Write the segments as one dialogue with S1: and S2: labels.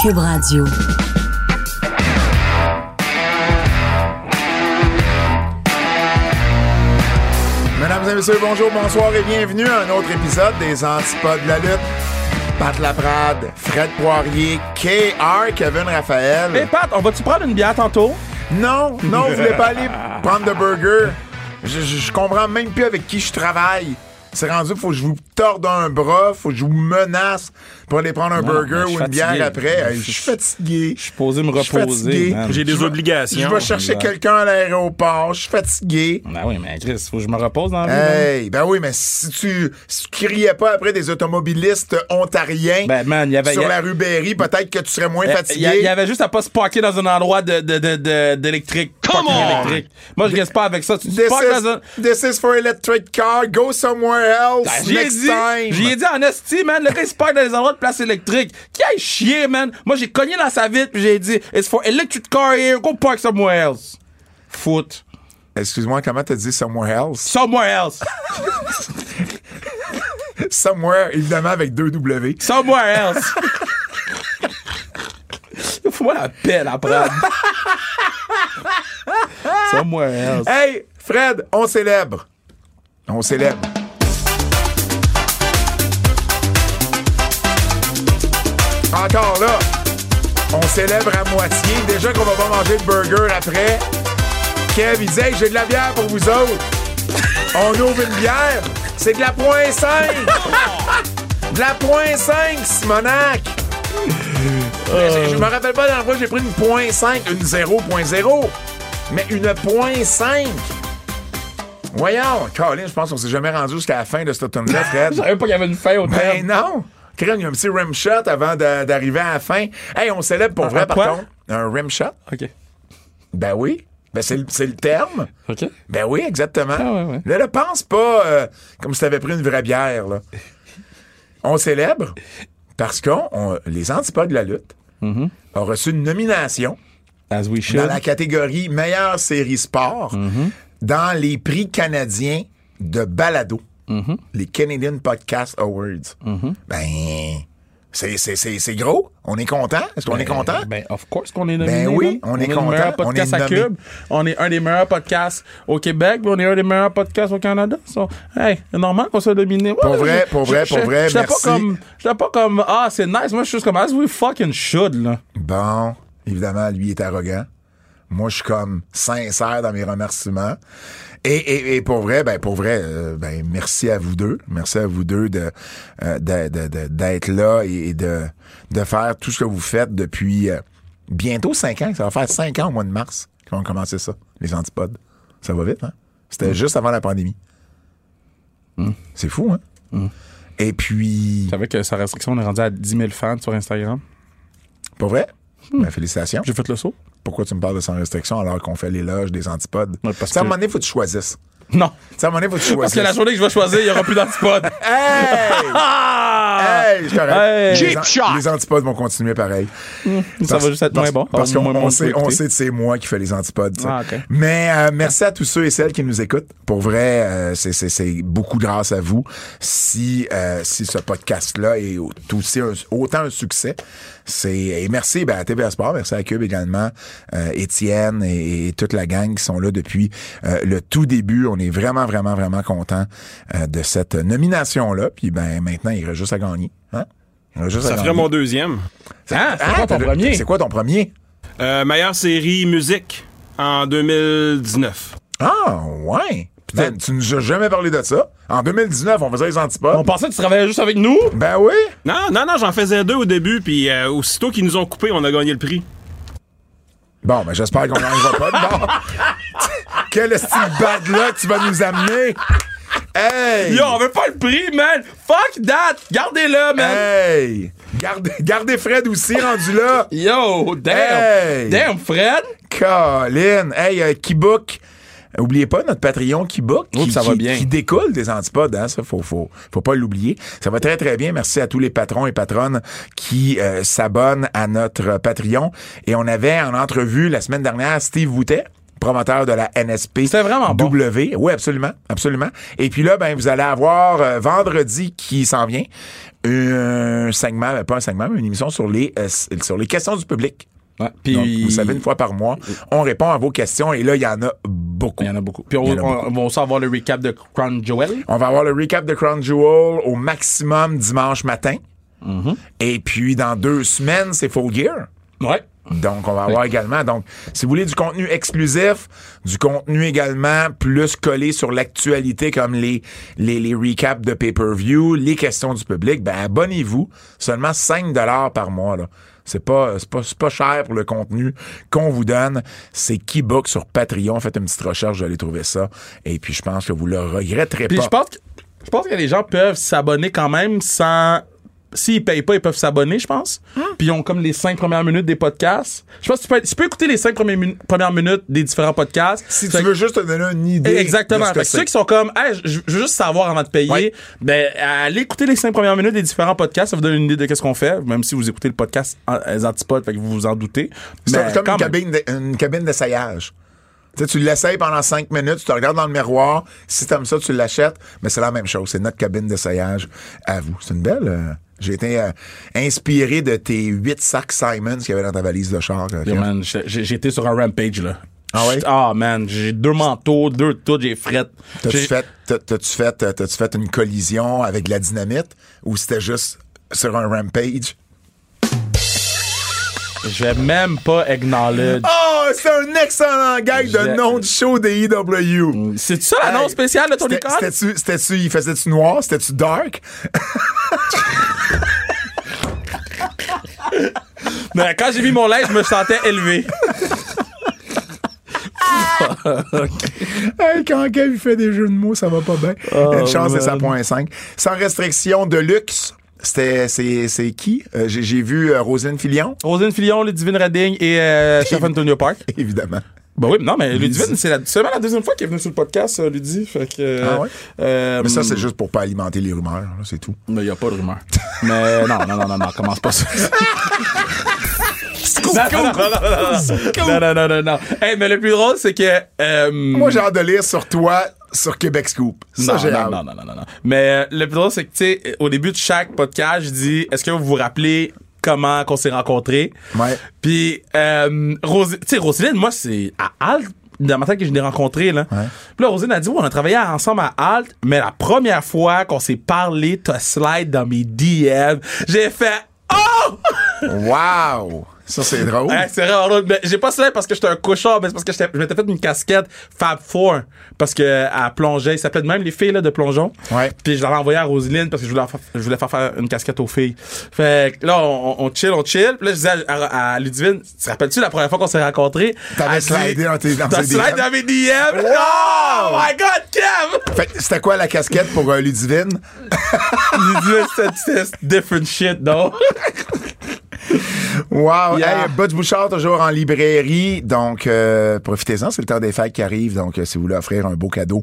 S1: Cube Radio.
S2: Mesdames et messieurs, bonjour, bonsoir et bienvenue à un autre épisode des Antipodes de la lutte. Pat Laprade, Fred Poirier, KR, Kevin Raphaël.
S3: Hey Pat, on va-tu prendre une bière tantôt?
S2: Non, non, vous voulez pas aller prendre de burger. Je, je, je comprends même plus avec qui je travaille. C'est rendu, faut que je vous torde un bras, faut que je vous menace pour aller prendre un
S3: Non, mais
S2: burger
S3: je suis
S2: ou une bière
S3: fatigué.
S2: après. Hey, Je
S3: Je-
S2: suis fatigué.
S3: Je suis posé me
S2: Je suis
S3: reposer.
S2: fatigué.
S3: man.
S4: J'ai des
S2: Je vais- Je
S4: obligations.
S2: vais chercher
S3: Exact.
S2: quelqu'un à l'aéroport. Je suis fatigué.
S3: Ben oui, mais Chris, faut que je me repose dans la vie. man.
S2: Hey, ben oui, mais si tu, si tu criais pas après des automobilistes ontariens
S3: Ben, man, il y avait-
S2: sur
S3: il y a-
S2: la rue Berry, peut-être que tu serais moins
S3: Euh,
S2: fatigué.
S3: Il y, a- il y avait juste à pas se parker dans un endroit de- de- de- de- d'électrique.
S4: Come
S3: Parking
S4: on!
S3: électrique. Moi, je reste pas avec ça. Tu te
S2: This
S3: parques
S2: is,
S3: dans un.
S2: this is for electric car. Go somewhere else
S3: Ah, J'y ai
S2: next
S3: dit,
S2: time.
S3: j'y ai dit en esti, man, le gars, il se parque dans les endroits de place électrique. Qui aille chier, man? Moi, j'ai cogné dans sa vitre, puis j'ai dit, it's for electric car here, go park somewhere else. Foot.
S2: Excuse-moi, comment t'as dit somewhere else?
S3: Somewhere else.
S2: Somewhere, évidemment, avec deux W.
S3: Somewhere else. Fous-moi la pelle à prendre. Somewhere else.
S2: Hey, Fred, on célèbre. On célèbre. Encore là, on célèbre à moitié. Déjà qu'on va pas manger de burger après. Kev, il disait, Hey, j'ai de la bière pour vous autres. On ouvre une bière. C'est de la point 5. De la point 5, Simonac. Mais
S3: Euh.
S2: je- Je me rappelle pas dans la fois que j'ai pris une point 5, une 0.0, mais une point 5. Voyons, Colin, je pense qu'on s'est jamais rendu jusqu'à la fin de cette automne là Fred.
S3: Je savais pas qu'il y avait une fin au
S2: ben
S3: terme.
S2: non! Crème, il y a un petit rim shot avant de- d'arriver à la fin. Hey, on célèbre pour
S3: Un-
S2: vrai,
S3: un
S2: par
S3: quoi?
S2: contre. Un rim shot?
S3: OK.
S2: Ben oui. Ben c'est le c'est le terme.
S3: OK.
S2: Ben oui, exactement.
S3: Ah ouais, ouais.
S2: Là, là, pense pas euh, comme si t'avais pris une vraie bière. Là. On célèbre parce que les antipodes de la lutte
S3: Mm-hmm.
S2: ont reçu une nomination
S3: As we
S2: dans
S3: should.
S2: la catégorie meilleure série sport
S3: Mm-hmm.
S2: dans les prix canadiens de balado,
S3: Mm-hmm.
S2: les Canadian Podcast Awards. Ben, c'est- c'est c'est- c'est gros. On est content. Est-ce qu'on est content?
S3: Ben, of course qu'on est nominé.
S2: Ben oui,
S3: man.
S2: on est
S3: le
S2: content,
S3: meilleur
S2: on
S3: podcast
S2: est
S3: à
S2: nommé.
S3: Cube. On est un des meilleurs podcasts au Québec. puis On est un des meilleurs podcasts au Canada. So, hey, c'est normal qu'on soit dominé. Ouais,
S2: Pour
S3: je-
S2: vrai, pour
S3: je-
S2: vrai,
S3: je-
S2: pour vrai,
S3: j'étais
S2: merci.
S3: Pas comme, j'étais pas comme, ah, c'est nice. Moi, je suis juste comme, as we fucking should, là.
S2: Bon, évidemment, lui est arrogant. Moi, je suis comme sincère dans mes remerciements. Et, et, et pour vrai, ben pour vrai, euh, ben merci à vous deux. Merci à vous deux de euh, de- de- de- d'être là et de, de faire tout ce que vous faites depuis euh, bientôt cinq ans. Ça va faire cinq ans au mois de mars qu'on a commencé ça, les antipodes. Ça va vite, hein? C'était juste avant la pandémie. C'est fou, hein? Et puis,
S3: Tu savais que sa restriction, on est rendu à 10 000 fans sur Instagram.
S2: pour vrai, ben, félicitations.
S3: J'ai fait le saut.
S2: pourquoi tu me parles de sans restriction alors qu'on fait l'éloge des antipodes?
S3: Ouais,
S2: Tu
S3: parce
S2: sais, à un
S3: que-
S2: moment donné, faut que tu choisisses.
S3: Non.
S2: Tu sais, à un moment donné, faut que tu
S3: Parce
S2: choisisses.
S3: que la journée que je vais choisir, il n'y aura plus d'antipode.
S2: Hey!
S3: Ah!
S2: Hey, je t'arrête.
S3: Hey!
S2: Les,
S4: Cheap
S2: an-
S4: shot!
S2: les antipodes vont continuer pareil.
S3: Ça va juste être
S2: parce,
S3: moins bon.
S2: Parce
S3: Ah,
S2: qu'on
S3: moins-
S2: on
S3: moins
S2: sait, on
S3: écouté.
S2: sait que c'est moi qui fais les antipodes. tu sais.
S3: Ah, ok.
S2: Mais euh, merci à tous ceux et celles qui nous écoutent. Pour vrai, euh, c'est- c'est c'est beaucoup grâce à vous. Si, euh, si ce podcast-là est au- aussi un- autant un succès, c'est et merci ben, à TVA Sport, merci à Cube également, euh, Étienne et, et toute la gang qui sont là depuis euh, le tout début. On est vraiment, vraiment, vraiment contents euh, de cette nomination-là. Puis ben maintenant, il reste juste à gagner. Hein? Il reste juste à
S4: Ça ferait
S2: gagner.
S4: mon deuxième.
S3: Hein? C'est quoi ton
S2: t'as-
S3: premier?
S2: C'est quoi ton premier?
S4: Euh, meilleure série musique en 2019.
S2: Ah, ouais. Man, tu nous as jamais parlé de ça. En 2019, on faisait les antipodes.
S3: On pensait que tu travaillais juste avec nous.
S2: Ben oui.
S4: Non, non, non, j'en faisais deux au début, puis euh, aussitôt qu'ils nous ont coupé, on a gagné le prix.
S2: Bon, ben j'espère qu'on n'arrivera pas de bord. Quel style bad là tu vas nous amener? Hey!
S3: Yo, on veut pas le prix, man. Fuck that. Gardez-le, man.
S2: Hey! Gardez, gardez Fred aussi rendu là.
S3: Yo, damn!
S2: Hey!
S3: Damn, Fred!
S2: Colin! Hey, euh, Keybook! Oubliez pas notre Patreon Keybook qui,
S3: Oui, ça va
S2: qui-
S3: bien.
S2: qui découle des antipodes, hein, ça faut faut faut pas l'oublier. Ça va très très bien. Merci à tous les patrons et patronnes qui euh, s'abonnent à notre Patreon et on avait en entrevue la semaine dernière Steve Boutet promoteur de la NSP.
S3: C'était vraiment bon.
S2: W. Oui, absolument, absolument. Et puis là, ben, vous allez avoir euh, vendredi qui s'en vient un segment, ben, pas un segment, mais une émission sur les euh, sur les questions du public.
S3: Ouais, puis- Euh,
S2: Donc, vous savez, une fois par mois, on répond à vos questions et là, il y en a beaucoup.
S3: Il y en a beaucoup. Puis on,
S2: Il y en a
S3: on-
S2: beaucoup.
S3: on va aussi avoir le recap de Crown Joel.
S2: On va avoir le recap de Crown Jewel au maximum dimanche matin.
S3: Mm-hmm.
S2: Et puis, dans deux semaines, c'est Full Gear.
S3: Ouais.
S2: Donc, on va avoir également. Donc, si vous voulez du contenu exclusif, du contenu également plus collé sur l'actualité comme les, les, les recaps de pay-per-view, les questions du public, ben abonnez-vous. Seulement 5 par mois. Là. C'est pas, c'est pas, c'est pas cher pour le contenu qu'on vous donne. C'est Keybook sur Patreon. Faites une petite recherche, vous allez trouver ça. Et puis, je pense que vous le regretterez
S3: Puis
S2: pas.
S3: je pense que je pense que les gens peuvent s'abonner quand même sans s'ils payent pas, ils peuvent s'abonner, je pense. Puis ils ont comme les cinq premières minutes des podcasts. Je pense que tu peux, être- tu peux écouter les cinq premières, minu- premières minutes des différents podcasts.
S2: si
S3: Fait
S2: tu
S3: que-
S2: veux juste te donner une idée. de
S3: Exactement.
S2: ce que
S3: Fait que
S2: c'est.
S3: ceux qui sont comme, hey, je je veux juste savoir avant de payer,
S2: Ouais.
S3: ben, allez écouter les cinq premières minutes des différents podcasts. Ça vous donne une idée de qu'est-ce qu'on fait, même si vous écoutez le podcast en- les antipodes, fait que vous vous en doutez.
S2: C'est
S3: Mais
S2: comme
S3: quand
S2: une
S3: même.
S2: cabine, de- une cabine d'essayage. Tu sais, tu l'essayes pendant cinq minutes, tu te regardes dans le miroir. Si t'aimes ça, tu l'achètes. Mais c'est la même chose. C'est notre cabine d'essayage à vous. C'est une belle. euh, J'ai été euh, inspiré de tes huit sacs Simons qu'il y avait dans ta valise de char. euh,
S3: Yo,
S2: Kev.
S3: man, j'ai- j'ai j'étais sur un rampage, là.
S2: Ah ouais?
S3: J'étais- Ah, man, j'ai deux manteaux, deux tout, j'ai frette.
S2: T'as-tu
S3: J'ai-
S2: fait, t'as- t'as-tu fait, euh, t'as-tu fait une collision avec de la dynamite ou c'était juste sur un rampage?
S3: Je vais même pas acknowledge.
S2: Oh, c'est un excellent gag de
S3: J'ai-
S2: nom de show des EW.
S3: C'est ça l'annonce
S2: Hey,
S3: spéciale de Tony
S2: c'était-
S3: Khan?
S2: C'était-tu, c'était-tu, il faisait-tu noir? C'était-tu dark?
S3: Non, Quand j'ai mis mon linge, je me sentais élevé.
S2: Hey, quand Kev il fait des jeux de mots, ça va pas bien. Une chance, c'est
S3: Oh, man.
S2: 100.5. Sans restriction de luxe, c'était, c'est, c'est qui? Euh, j'ai, j'ai vu euh, Roselyne Filion,
S3: Rosine Fillon, Ludivine Redding et euh, Chef Antonio Park.
S2: évidemment.
S3: Ben oui, mais non, mais Ludivine, c'est la- seulement la deuxième fois qu'elle est venue sur le podcast, euh, Ludie. Fait que, euh,
S2: Ah ouais?
S3: euh,
S2: Mais ça, c'est juste pour pas alimenter les rumeurs, là, c'est tout.
S3: Mais il n'y a pas de rumeur. Mais non, non, non, non, non, commence pas ça. Non, non, non, non, non, non, non, non, non. Hey, mais le plus drôle, c'est que. euh,
S2: Moi, j'ai hâte de lire sur toi, sur Québec Scoop. Ça,
S3: non,
S2: j'ai hâte.
S3: non, non, non, non, non, non. Mais euh, le plus drôle, c'est que, tu sais, au début de chaque podcast, je dis est-ce que vous vous rappelez comment qu'on s'est rencontrés
S2: Ouais.
S3: Puis, euh, Rose- tu sais, Roselyne, moi, c'est à Alt, dans ma tête que je l'ai rencontrée, là. Puis là, Roselyne a dit ouais, on a travaillé ensemble à Alt, mais la première fois qu'on s'est parlé, t'as slide dans mes DM. J'ai fait Oh
S2: Wow! Ça, c'est drôle.
S3: Ouais, c'est vraiment drôle. Mais j'ai pas cela parce que j'étais un cochon, mais c'est parce que j'étais- je m'étais fait une casquette Fab Four parce que à plongeait, il s'appelait de même les filles là, de plongeon.
S2: Ouais.
S3: Puis je l'avais envoyé à Roselyne parce que je voulais, en fa- je voulais faire faire une casquette aux filles. Fait que là, on, on chill, on chill. Puis là, je disais à, à- à Ludivine, tu te rappelles-tu la première fois qu'on s'est rencontrés?
S2: T'avais
S3: Elle dit,
S2: slidé dans tes- dans
S3: T'as
S2: tes
S3: slidé
S2: DM.
S3: dans mes DM.
S2: Wow!
S3: Oh my God, Kev!
S2: Fait que c'était quoi la casquette pour euh, Ludivine?
S3: Ludivine, c'était- c'était different shit, non?
S2: Wow!
S3: Yeah.
S2: Hey, Butch Bouchard, toujours en librairie. Donc, euh, profitez-en, c'est le temps des fêtes qui arrive. Donc, euh, si vous voulez offrir un beau cadeau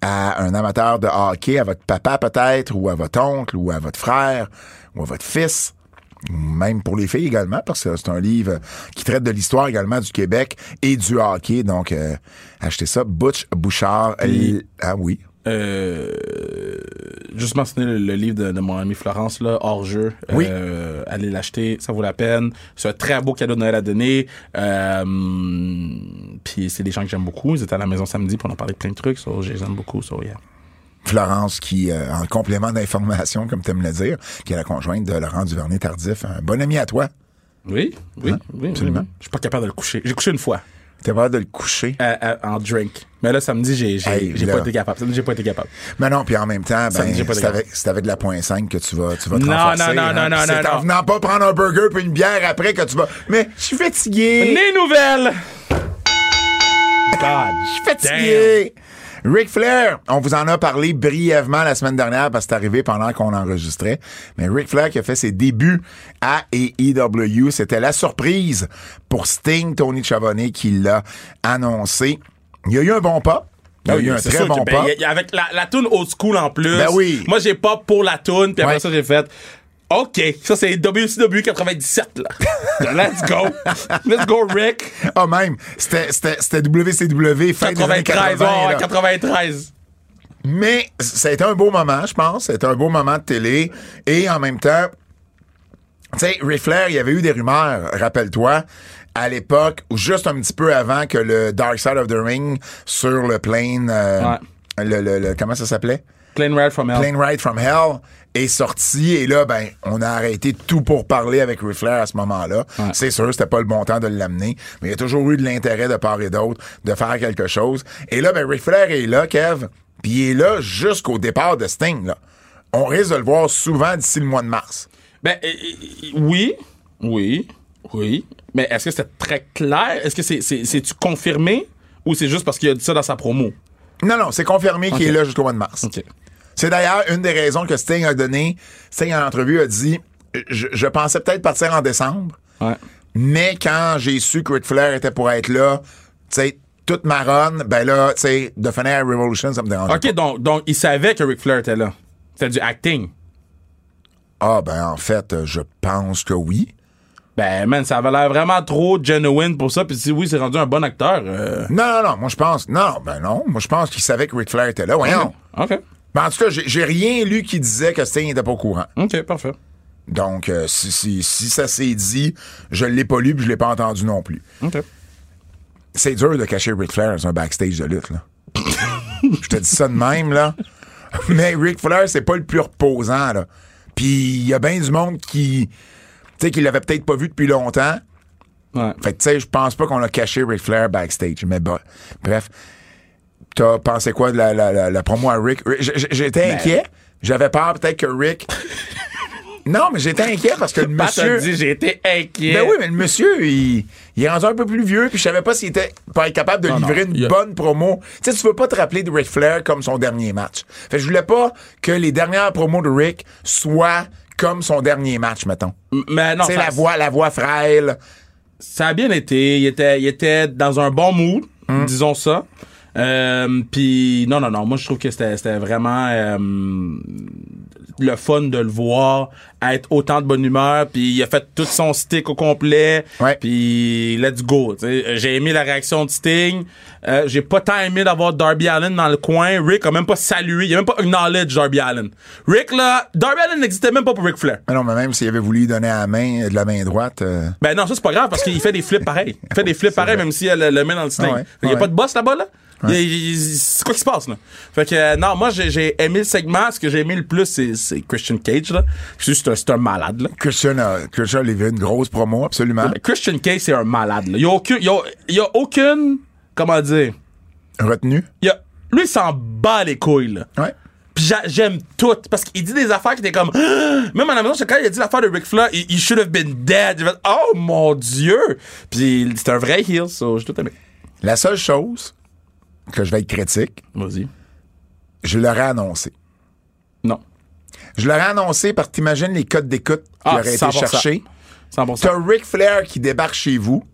S2: à un amateur de hockey, à votre papa peut-être, ou à votre oncle, ou à votre frère, ou à votre fils, ou même pour les filles également, parce que c'est un livre qui traite de l'histoire également du Québec et du hockey. Donc, euh, achetez ça. Butch Bouchard. li- Ah oui.
S3: Euh, juste mentionner le, le livre de, de mon ami Florence, là, hors jeu.
S2: Oui.
S3: Euh, allez l'acheter, ça vaut la peine. C'est un très beau cadeau de Noël à donner. Euh, Puis c'est des gens que j'aime beaucoup. Ils étaient à la maison samedi pour en parler de plein de trucs. So, je les aime beaucoup. So, yeah.
S2: Florence, qui, euh, en complément d'information, comme tu aimes le dire, qui est la conjointe de Laurent Duvernay-Tardif, un bon ami à toi.
S3: Oui, oui, oui,
S2: absolument.
S3: oui. Je suis pas capable de le coucher. J'ai couché une fois
S2: T'es pas de le coucher.
S3: euh, euh, en drink. Mais là, samedi, j'ai j'ai
S2: Hey,
S3: j'ai
S2: là.
S3: pas été capable. Samedi, j'ai pas été capable.
S2: Mais non, puis en même temps,
S3: Ça me
S2: ben,
S3: dit pas de
S2: c'est
S3: grave.
S2: avec, c'est avec de la point 5 que tu vas, tu vas te
S3: Non,
S2: renforcer,
S3: non, non,
S2: hein.
S3: non, non,
S2: Puis C'est
S3: non,
S2: en
S3: non.
S2: venant pas prendre un burger puis une bière après que tu vas. Mais je suis fatigué.
S3: Les nouvelles! God,
S2: Je suis fatigué. Ric Flair, on vous en a parlé brièvement la semaine dernière parce que c'est arrivé pendant qu'on enregistrait. Mais Ric Flair qui a fait ses débuts à AEW, c'était la surprise pour Sting, Tony Chavonnet qui l'a annoncé. Il y a eu un bon pas. Il y a eu un
S3: Ah C'est
S2: très
S3: sûr
S2: bon
S3: que- ben,
S2: pas.
S3: y a- y a- avec la, la toune old school en plus.
S2: Ben oui.
S3: Moi, j'ai pas pour la toune, puis après
S2: Ouais.
S3: ça, j'ai fait. OK, ça c'est WCW 97, là. Ben, Let's go. Let's go, Rick.
S2: Ah, même, c'était- c'était c'était WCW fin des années
S3: 93,
S2: 80.
S3: oh,
S2: là.
S3: 93.
S2: Mais ça a été un beau moment, je pense. C'était un beau moment de télé. Et en même temps, tu sais, Ray Flair, il y avait eu des rumeurs, rappelle-toi, à l'époque, ou juste un petit peu avant que le Dark Side of the Ring sur le plane. euh,
S3: Ouais.
S2: le- le- le- comment ça s'appelait?
S3: Plain Ride from Hell.
S2: Plane Ride from Hell est sorti et là, ben, on a arrêté tout pour parler avec Ric Flair à ce moment-là. C'est sûr, c'était pas le bon temps de l'amener, mais il y a toujours eu de l'intérêt de part et d'autre de faire quelque chose. Et là, ben, Ric Flair est là, Kev, puis il est là jusqu'au départ de Sting, là. On risque de le voir souvent d'ici le mois de mars.
S3: Ben, euh, euh, oui, oui, oui. Mais est-ce que c'est très clair? Est-ce que c'est, c'est, c'est-tu confirmé ou c'est juste parce qu'il a dit ça dans sa promo?
S2: Non, non, c'est confirmé qu'il
S3: Ok.
S2: est là jusqu'au mois de mars.
S3: OK.
S2: C'est d'ailleurs une des raisons que Sting a donné. Sting, en entrevue, a dit Je, je pensais peut-être partir en décembre,
S3: Ouais.
S2: Mais quand j'ai su que Ric Flair était pour être là, tu sais, toute ma run, ben là, tu sais, de finir à Revolution, ça me dérange.
S3: OK, donc, donc il savait que Ric Flair était là. C'était du acting.
S2: Ah, ben en fait, euh, je pense que oui.
S3: Ben, man, ça avait l'air vraiment trop genuine pour ça. Puis si oui, c'est rendu un bon acteur. euh,
S2: Non, non, non, moi je pense. Non, ben non. Moi je pense qu'il savait que Ric Flair était là. Voyons.
S3: OK.
S2: Ben, en tout cas, j'ai j'ai rien lu qui disait que Sting était pas au courant.
S3: OK, parfait.
S2: Donc, euh, si, si, si ça s'est dit, je l'ai pas lu puis je l'ai pas entendu non plus.
S3: OK.
S2: C'est dur de cacher Ric Flair dans un backstage de lutte, là. Je te dis ça de même, là. Mais Ric Flair, c'est pas le plus reposant, là. Puis il y a bien du monde qui. Tu sais, qui l'avait peut-être pas vu depuis longtemps.
S3: Ouais.
S2: Fait que, tu sais, je pense pas qu'on a caché Ric Flair backstage. Mais bon, bref. T'as pensé quoi de la, la- la- la promo à Rick? Rick- j- j- J'étais
S3: Ben.
S2: inquiet. J'avais peur peut-être que Rick. non, mais j'étais inquiet parce que le
S3: Pat a
S2: monsieur.
S3: dit, j'ai été inquiet.
S2: Ben oui, mais le monsieur, il, il est rendu un peu plus vieux, puis je savais pas s'il était pas être capable de livrer
S3: non,
S2: une
S3: il a-
S2: bonne promo. Tu sais, tu veux pas te rappeler de Ric Flair comme son dernier match. Fait que je voulais pas que les dernières promos de Rick soient comme son dernier match, mettons.
S3: M- Mais non,
S2: C'est
S3: ça-
S2: la voix, la voix frêle.
S3: ça a bien été. Il était, il était dans un bon mood, disons ça. Euh, Puis non, non, non. Moi, je trouve que c'était c'était vraiment euh, le fun de le voir être autant de bonne humeur. Puis il a fait tout son stick au complet.
S2: Ouais.
S3: Puis let's go. tu sais. Euh, J'ai aimé la réaction de Sting. Euh, J'ai pas tant aimé d'avoir Darby Allen dans le coin. Rick a même pas salué. Il a même pas acknowledge Darby Allen. Rick, là, Darby Allen n'existait même pas pour Ric Flair.
S2: Mais non, mais même s'il avait voulu lui donner à la main, de la main droite. euh,
S3: Ben non, ça c'est pas grave parce qu'il fait des flips pareil. Il fait des flips pareil même si elle le met dans le sling.
S2: Ah ouais,
S3: Il y a
S2: ouais.
S3: pas de boss là-bas là. Il y a- il- il- C'est quoi qui se passe là? Fait que euh, non, moi j'ai j'ai aimé le segment. Ce que j'ai aimé le plus c'est- c'est Christian Cage là. C'est juste un- c'est un malade là.
S2: Christian a, Christian a livré une grosse promo, absolument.
S3: Ben, Christian Cage c'est un malade là. Il y a aucune, il y a, il y a aucune, comment dire?
S2: Retenu.
S3: Il y a, lui il s'en bat les couilles là.
S2: Ouais.
S3: Puis j'a- j'aime tout. Parce qu'il dit des affaires qui étaient comme. Ah! Même à la maison, quand il a dit l'affaire de Ric Flair, il, il should have been dead. J'ai fait, oh mon Dieu! Puis c'est un vrai heel, so j'ai tout aimé.
S2: La seule chose que je vais être critique,
S3: Vas-y.
S2: je l'aurais annoncé.
S3: Non.
S2: Je l'aurais annoncé parce que t'imagines les codes d'écoute qui
S3: Ah,
S2: auraient été
S3: 100%.
S2: cherchés.
S3: 100%.
S2: T'as Ric Flair qui débarque chez vous,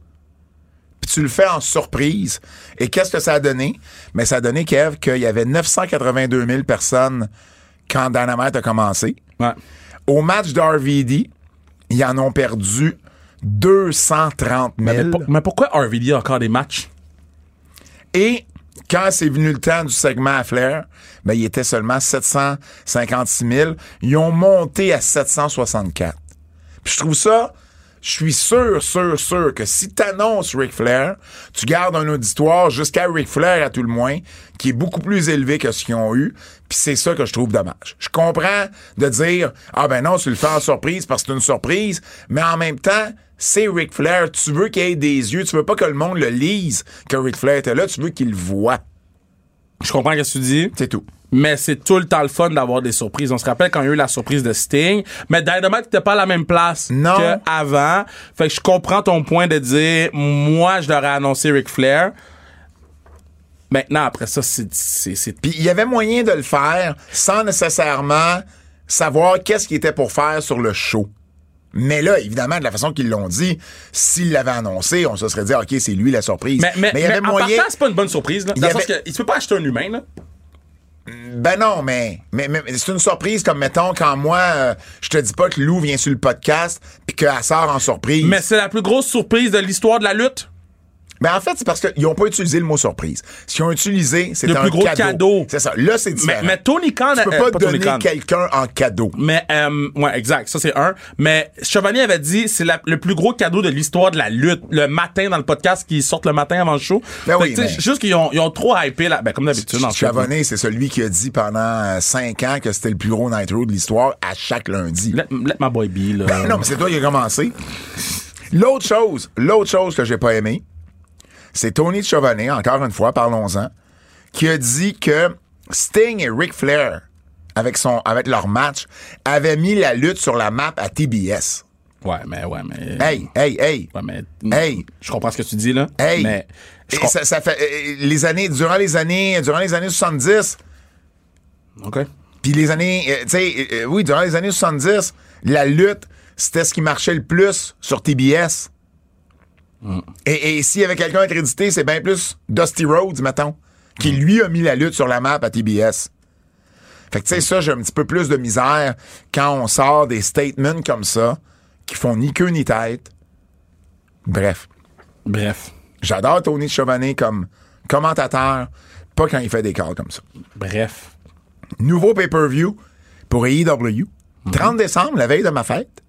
S2: puis tu le fais en surprise. Et qu'est-ce que ça a donné? Mais ça a donné, Kev, qu'il y avait 982 000 personnes quand Dynamite a commencé.
S3: Ouais.
S2: Au match d'RVD, ils en ont perdu 230
S3: Ben, Mais,
S2: 000.
S3: pour- mais pourquoi RVD a encore des matchs?
S2: Et quand c'est venu le temps du segment à Flair, ben, il était seulement 756 000. Ils ont monté à 764. Puis je trouve ça, je suis sûr, sûr, sûr que si t'annonces Ric Flair, tu gardes un auditoire jusqu'à Ric Flair à tout le moins, qui est beaucoup plus élevé que ce qu'ils ont eu. Puis c'est ça que je trouve dommage. Je comprends de dire, ah ben non, tu le fais en surprise parce que c'est une surprise, mais en même temps, c'est Ric Flair. Tu veux qu'il ait des yeux. Tu veux pas que le monde le lise que Ric Flair était là. Tu veux qu'il le voit.
S3: Je comprends ce que tu dis.
S2: C'est tout.
S3: Mais c'est tout le temps le fun d'avoir des surprises. On se rappelle quand il y a eu la surprise de Sting. Mais Dynamite n'était pas à la même place
S2: Non.
S3: qu'avant. Fait que je comprends ton point de dire, moi, je leur ai annoncé Ric Flair. Maintenant, après ça, c'est, c'est, c'est
S2: Puis il y avait moyen de le faire sans nécessairement savoir qu'est-ce qu'il était pour faire sur le show. Mais là, évidemment, de la façon qu'ils l'ont dit, s'ils l'avaient annoncé, on se serait dit, ah, OK, c'est lui la surprise.
S3: Mais, mais,
S2: il y avait
S3: mais en
S2: moyen.
S3: partant, c'est pas une bonne surprise. Là,
S2: Il
S3: dans
S2: y
S3: le sens
S2: avait-
S3: que, il se peut pas acheter un humain. Là.
S2: Ben non, mais, mais, mais c'est une surprise comme mettons quand moi euh, je te dis pas que Lou vient sur le podcast puis qu'elle sort en surprise.
S3: Mais c'est la plus grosse surprise de l'histoire de la lutte.
S2: Mais Ben, en fait, c'est parce qu'ils n'ont pas utilisé le mot surprise. Ce qu'ils ont utilisé, c'est
S3: Le
S2: un
S3: plus gros cadeau.
S2: C'est ça. Là, c'est différent.
S3: Mais, mais Tony Khan...
S2: tu peux
S3: euh,
S2: pas,
S3: Tony
S2: donner
S3: Khan.
S2: quelqu'un en cadeau.
S3: Mais euh, ouais, exact, ça c'est un. Mais Chevalier avait dit c'est la- le plus gros cadeau de l'histoire de la lutte le matin dans le podcast qui sortent le matin avant le show.
S2: Ben
S3: Fait
S2: oui,
S3: que, tu sais,
S2: mais-
S3: Juste qu'ils ont, ils ont trop hypé là, ben comme d'habitude. en fait.
S2: Chavonnet, c'est celui qui a dit pendant euh, cinq ans que c'était le plus gros night road de l'histoire à chaque lundi.
S3: Let, let my boy be là.
S2: Non, mais c'est toi qui as commencé. L'autre chose, l'autre chose que j'ai pas aimé, c'est Tony Chauvenet, encore une fois, parlons-en, qui a dit que Sting et Ric Flair, avec, son, avec leur match, avaient mis la lutte sur la map à TBS.
S3: Ouais, mais ouais, mais
S2: Hey, hey, hey.
S3: ouais, mais
S2: Hey.
S3: je comprends ce que tu dis là.
S2: Hey.
S3: mais je
S2: Et
S3: com-
S2: ça, ça fait euh, les années durant les années durant les années 70
S3: OK.
S2: puis les années euh, tu sais euh, oui durant les années 70 la lutte c'était ce qui marchait le plus sur TBS. Et, et s'il y avait quelqu'un à être édité, c'est bien plus Dusty Rhodes mettons qui lui a mis la lutte sur la map à TBS. Fait que tu sais ça j'ai un petit peu plus de misère quand on sort des statements comme ça qui font ni queue ni tête. Bref.
S3: Bref.
S2: J'adore Tony Chauvanet comme commentateur, pas quand il fait des calls comme ça.
S3: Bref.
S2: Nouveau pay-per-view pour AEW. 30 décembre, la veille de ma fête.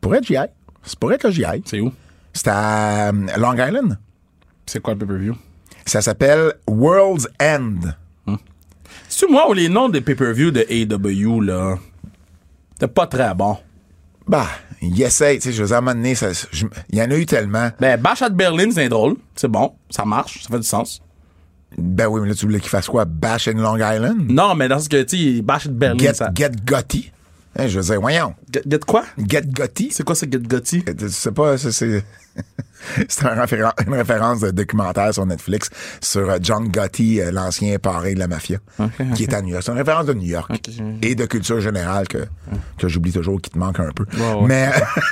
S2: Pourrait que j'y aille. C'est pourrait que j'y aille.
S3: C'est où
S2: C'est à euh, Long Island.
S3: C'est quoi le pay-per-view
S2: Ça s'appelle World's End.
S3: C'est moi ou les noms des pay-per-view de AEW là. C'est pas très bon.
S2: Bah, il essaye, tu sais, je veux dire, à un moment donné, ça- je- il y en a eu tellement.
S3: Ben Bash at Berlin, c'est drôle, c'est bon, ça marche, ça fait du sens.
S2: Ben oui, mais là, tu voulais qu'il fasse quoi? Bash in Long Island?
S3: Non, mais dans ce que, tu sais, Bash de Berlin,
S2: Get,
S3: Mm-hmm. ça...
S2: get Gotti? Hein, je veux dire, voyons.
S3: Get, get quoi?
S2: Get Gotti?
S3: C'est quoi ce Get Gotti?
S2: Je sais pas, ça, c'est. c'est un référen- une référence de documentaire sur Netflix sur euh, John Gotti, euh, l'ancien parrain de la mafia, qui est à New York. C'est une référence de New York et de culture générale que, que j'oublie toujours, qui te manque un peu.
S3: ouais.
S2: Mais.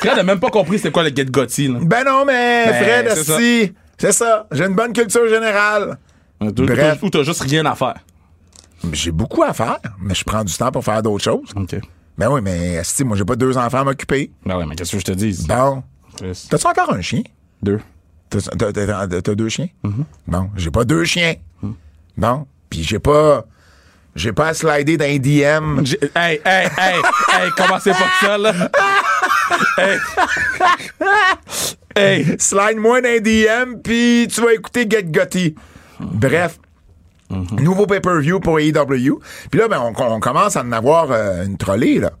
S3: Fred n'a même pas compris c'est quoi le Get Gotti, là.
S2: ben non, mais
S3: Ben,
S2: Fred,
S3: c'est ça.
S2: asti, c'est ça. J'ai une bonne culture générale.
S3: Ou t'as-
S2: Bref.
S3: Ou t'as juste rien à faire.
S2: J'ai beaucoup à faire, mais je prends du temps pour faire d'autres choses.
S3: OK.
S2: Ben oui, mais asti, moi, j'ai pas deux enfants à m'occuper.
S3: Ben ouais, mais qu'est-ce que je te dis?
S2: Bon.
S3: Chris,
S2: T'as-tu encore un chien?
S3: Deux.
S2: T'as- T'as t'as- t'as- t'as deux chiens? Bon, j'ai pas deux chiens. Bon, puis j'ai pas... J'ai pas à slider dans les DM.
S3: J'ai- Hey, hey, hey, hey, commencez pas ça, là. hey. Hey.
S2: Slide-moi dans les DM, puis tu vas écouter Get Gotti. Bref. Nouveau pay-per-view pour AEW. Puis là, ben, on, on commence à en avoir euh, une trollée, là.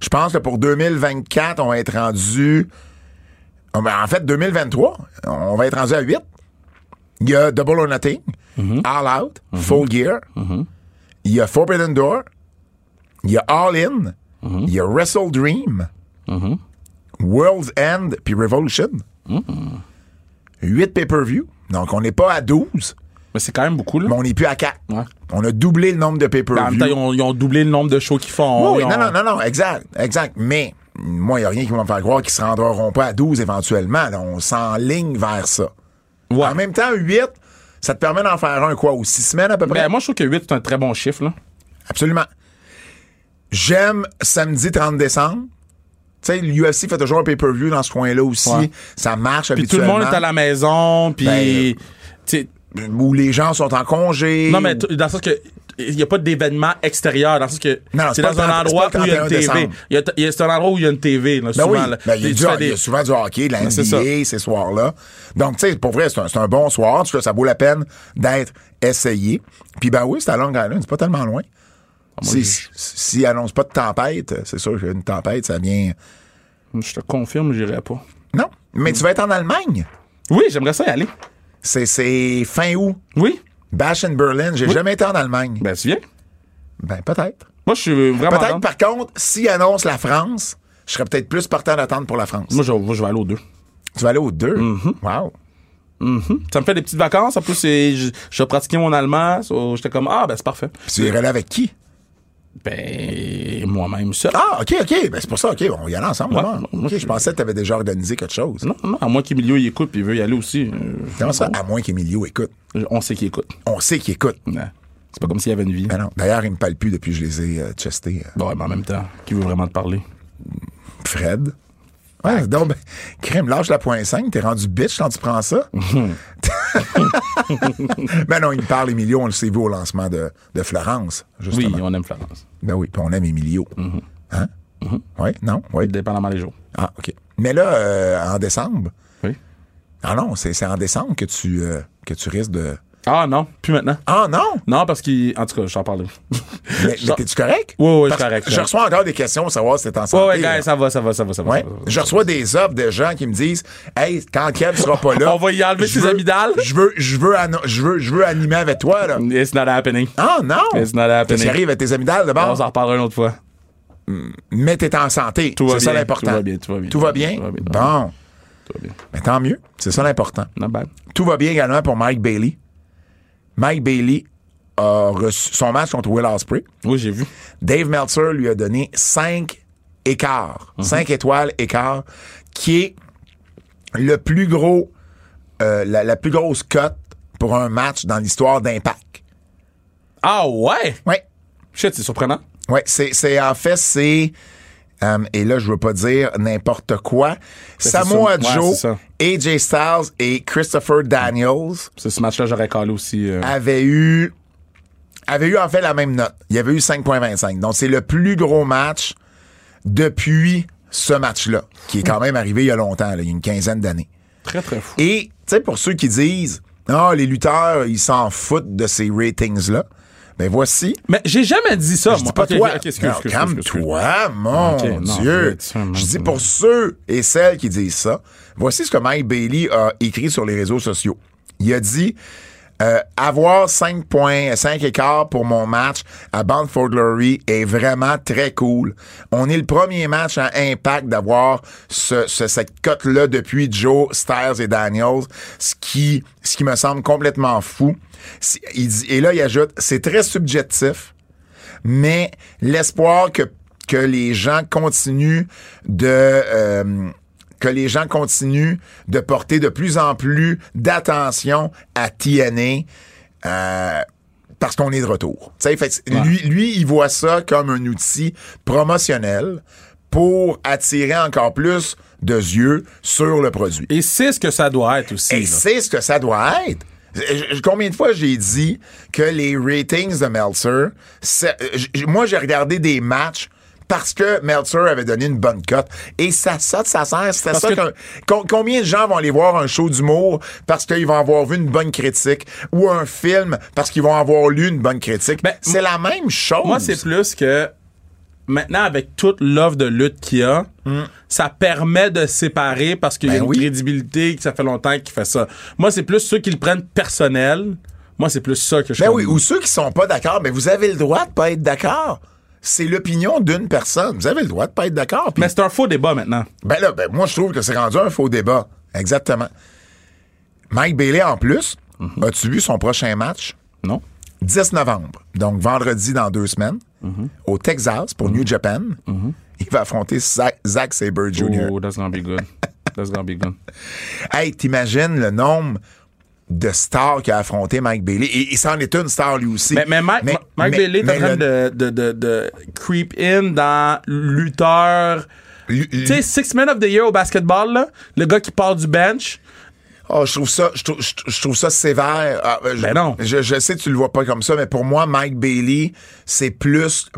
S2: Je pense que pour 2024, on va être rendu... Ah, ben, En fait, 2023, on va être rendu à 8. Il y a Double or Nothing, All Out, Full Gear. Il y a Forbidden Door. Il y a All In. Il y a Wrestle Dream. World's End, puis Revolution. Huit pay-per-view. Donc, on n'est pas à 12,
S3: Mais c'est quand même beaucoup, là.
S2: mais on n'est plus à 4.
S3: Ouais.
S2: On a doublé le nombre de
S3: Ben, en même temps, ils
S2: pay-per-view.
S3: ont, ils ont doublé le nombre de shows qu'ils font.
S2: Oui,
S3: Ils
S2: oui, non,
S3: ont-
S2: non, non, non, exact, exact. Mais, moi, il n'y a rien qui va me faire croire qu'ils se rendront pas à 12 éventuellement. Là, on s'enligne vers ça.
S3: Ouais.
S2: En même temps, 8, ça te permet d'en faire un, quoi, ou 6 semaines à peu près?
S3: Ben, moi, je trouve que 8, c'est un très bon chiffre, là.
S2: Absolument. J'aime samedi 30 décembre. Tu sais, l'UFC fait toujours un pay-per-view dans ce coin-là aussi.
S3: Ouais.
S2: Ça marche
S3: Puis tout le
S2: habituellement.
S3: monde est à la maison, puis...
S2: Ben,
S3: tu sais,
S2: Où les gens sont en congé.
S3: Non, mais t- dans le sens que il n'y a pas d'événement extérieur dans le sens que
S2: Non, non, c'est
S3: c'est
S2: pas
S3: dans
S2: le
S3: un
S2: 30
S3: endroit
S2: c'est pas
S3: où
S2: le
S3: il y a une
S2: 31
S3: TV.
S2: décembre.
S3: Il y a t- il y a- C'est un endroit où il y a une TV. Là,
S2: Ben
S3: souvent,
S2: oui,
S3: là.
S2: Ben, il, y a
S3: Tu
S2: du-
S3: fais
S2: il y
S3: des-
S2: a souvent du hockey, de la
S3: c'est
S2: NBA, ces soirs-là. Donc, tu sais, pour vrai, c'est un, c'est un bon soir. En tout cas, ça vaut la peine d'être essayé. Puis, ben oui, c'est à Long Island, c'est pas tellement loin.
S3: Ah,
S2: Si- si- S'il annonce pas de tempête, euh, c'est sûr qu'une tempête, ça vient.
S3: Je te confirme, j'irai pas.
S2: Non, mais tu vas être en Allemagne.
S3: Oui, j'aimerais ça y aller.
S2: C'est- C'est fin août.
S3: Oui.
S2: Bash in Berlin, j'ai jamais été en Allemagne.
S3: Ben, tu viens.
S2: Ben, peut-être.
S3: Moi, je suis vraiment.
S2: Peut-être,
S3: down.
S2: par contre, s'il annonce la France, je serais peut-être plus partant d'attendre pour la France.
S3: Moi, Mm-hmm. je, moi, je vais aller aux deux.
S2: Tu vas aller aux deux. Wow.
S3: Ça me fait des petites vacances. En plus, c'est- je, je pratiquais mon allemand. so, J'étais comme, ah, ben, c'est parfait.
S2: Puis tu irais là avec qui?
S3: Ben, moi-même seul.
S2: Ah, OK, OK. Ben, c'est pour ça, OK. On y allait ensemble.
S3: Ouais.
S2: vraiment.
S3: Moi,
S2: OK,
S3: je-
S2: je pensais que tu avais déjà organisé quelque chose.
S3: Non, non, à moins qu'Emilio y écoute puis il veut y aller aussi. Euh,
S2: Comment ça? À moins qu'Emilio écoute.
S3: On sait qu'il écoute.
S2: On sait qu'il écoute.
S3: Ouais. C'est pas comme s'il y avait une vie.
S2: Ben non. D'ailleurs, il me parle plus depuis que je les ai euh, chestés. euh,
S3: Bon, ouais, mais en même temps, qui veut vraiment te parler?
S2: Fred. Ouais, donc, ben, crème, lâche la point 5, t'es rendu bitch quand tu prends ça. ben non, il me parle, Emilio, on le sait, vous, au lancement de, de Florence,
S3: Oui, Mm-hmm.
S2: justement.
S3: on aime Florence.
S2: Ben oui, puis on aime Emilio. Hein? Oui, non, oui.
S3: Dépendamment des jours.
S2: Ah, OK. Mais là, euh, en décembre,
S3: Oui.
S2: ah non, c'est c'est en décembre que tu, euh, que tu risques de.
S3: Ah non, plus maintenant.
S2: Ah non!
S3: Non, parce qu'il. En tout cas, je t'en parle.
S2: Mais, mais
S3: Genre-
S2: t'es-tu correct?
S3: Ouais, ouais, je
S2: Parce que
S3: suis correct,
S2: Je
S3: correct.
S2: reçois encore des questions pour savoir si t'es en santé.
S3: Ouais, ouais, gars,
S2: là.
S3: ça va, ça va, ça va, ça va.
S2: Ouais.
S3: ça va, ça va.
S2: Je reçois des offres de gens qui me disent Hey, quand Kev sera pas là.
S3: On va y enlever
S2: je
S3: ses
S2: veux-
S3: amygdales.
S2: Je veux, je veux, anno- je veux, je veux animer avec toi, là.
S3: It's not happening.
S2: Ah non!
S3: It's not happening.
S2: Qu'est-ce qui arrive avec tes amygdales de
S3: On
S2: base?
S3: s'en reparlera une autre fois.
S2: Mais t'es en santé.
S3: Tout va
S2: C'est ça
S3: bien,
S2: l'important.
S3: tout va bien, tout va bien,
S2: Tout va bien?
S3: tout va bien.
S2: Bon.
S3: Tout va bien.
S2: Mais tant mieux. C'est ça l'important.
S3: Not bad.
S2: Tout va bien également pour Mike Bailey. Mike Bailey a reçu son match contre Will Ospreay.
S3: Oui, j'ai vu.
S2: Dave Meltzer lui a donné 5 écarts,
S3: Mhm.
S2: 5 étoiles écarts, qui est le plus gros, euh, la, la plus grosse cote pour un match dans l'histoire d'Impact.
S3: Ah ouais!
S2: Oui.
S3: Shit, c'est surprenant.
S2: Oui, c'est, c'est- en fait, c'est. euh, et là, je veux pas dire n'importe quoi. Samoa
S3: Ben, c'est ça. Ouais,
S2: Joe,
S3: c'est ça.
S2: AJ Styles et Christopher Daniels
S3: Ce ce match-là, j'aurais calé aussi. euh,
S2: avaient eu avaient eu en fait la même note. Il y avait eu 5.25. Donc c'est le plus gros match depuis ce match-là, qui est quand même arrivé il y a longtemps, là, il y a une quinzaine d'années.
S3: Très, très fou.
S2: Et tu sais, pour ceux qui disent Ah, les lutteurs, ils s'en foutent de ces ratings-là, ben voici.
S3: Mais j'ai jamais dit ça,
S2: Je dis
S3: moi.
S2: pas
S3: Ok,
S2: toi.
S3: ok, excuse,
S2: Non,
S3: excuse, excuse, excuse.
S2: Calme-toi, mon
S3: Ok, non, je
S2: Dieu.
S3: vais être sûr,
S2: je dis
S3: non.
S2: pour ceux et celles qui disent ça, voici ce que Mike Bailey a écrit sur les réseaux sociaux. Il a dit euh, avoir 5 points, 5 écarts pour mon match à Bound for Glory est vraiment très cool. On est le premier match à Impact d'avoir ce, ce- cette cote-là depuis Joe, Styles et Daniels, ce qui, ce qui me semble complètement fou. Si- il dit- et là, il ajoute, c'est très subjectif mais l'espoir que, que les gens continuent de euh, que les gens continuent de porter de plus en plus d'attention à TNA euh, parce qu'on est de retour. Tu sais, fait que lui, lui, il voit ça comme un outil promotionnel pour attirer encore plus de yeux sur le produit.
S3: Et c'est ce que ça doit être aussi.
S2: Et
S3: là.
S2: c'est ce que ça doit être. Je- je- Combien de fois j'ai dit que les ratings de Meltzer, c'est- euh, j- j- moi j'ai regardé des matchs parce que Meltzer avait donné une bonne cote et ça ça ça sert c'est ça
S3: que-
S2: qu'un- com- combien de gens vont aller voir un show d'humour parce qu'ils vont avoir vu une bonne critique ou un film parce qu'ils vont avoir lu une bonne critique
S3: Ben,
S2: c'est la même chose
S3: Moi, c'est plus que maintenant, avec toute l'offre de lutte qu'il y a, ça permet de séparer parce qu'il y a
S2: Ben
S3: une
S2: oui.
S3: crédibilité que ça fait longtemps qu'il fait ça. Moi, c'est plus ceux qui le prennent personnel. Moi, c'est plus ça que je
S2: Ben oui,
S3: connais.
S2: ou ceux qui sont pas d'accord, mais vous avez le droit de pas être d'accord. C'est l'opinion d'une personne. Vous avez le droit de pas être d'accord. puis-
S3: Mais c'est un faux débat maintenant.
S2: Ben là, ben moi, je trouve que c'est rendu un faux débat. Exactement. Mike Bailey, en plus,
S3: Mhm.
S2: as-tu vu son prochain match?
S3: Non?
S2: 10 novembre, donc vendredi dans deux semaines,
S3: Mhm.
S2: au Texas pour New Japan. Il va affronter Zack, Zack Sabre Jr.
S3: Oh, that's gonna be good. That's gonna be good. Oh.
S2: Hey, t'imagines le nombre de stars qu'a affronté Mike Bailey? Et, et c'en est une star lui aussi.
S3: Mais, mais Mike, Ma- Mike
S2: mais-
S3: Bailey est en
S2: mais
S3: train
S2: le-
S3: de, de, de, de creep in dans lutteur.
S2: lui-
S3: Tu sais, Six Men of the Year au basketball, là, le gars qui part du bench.
S2: Oh, je trouve ça, je trouve, je- je trouve ça sévère. Ah, euh, je,
S3: Ben non.
S2: Je, je sais que tu le vois pas comme ça, mais pour moi, Mike Bailey, c'est plus,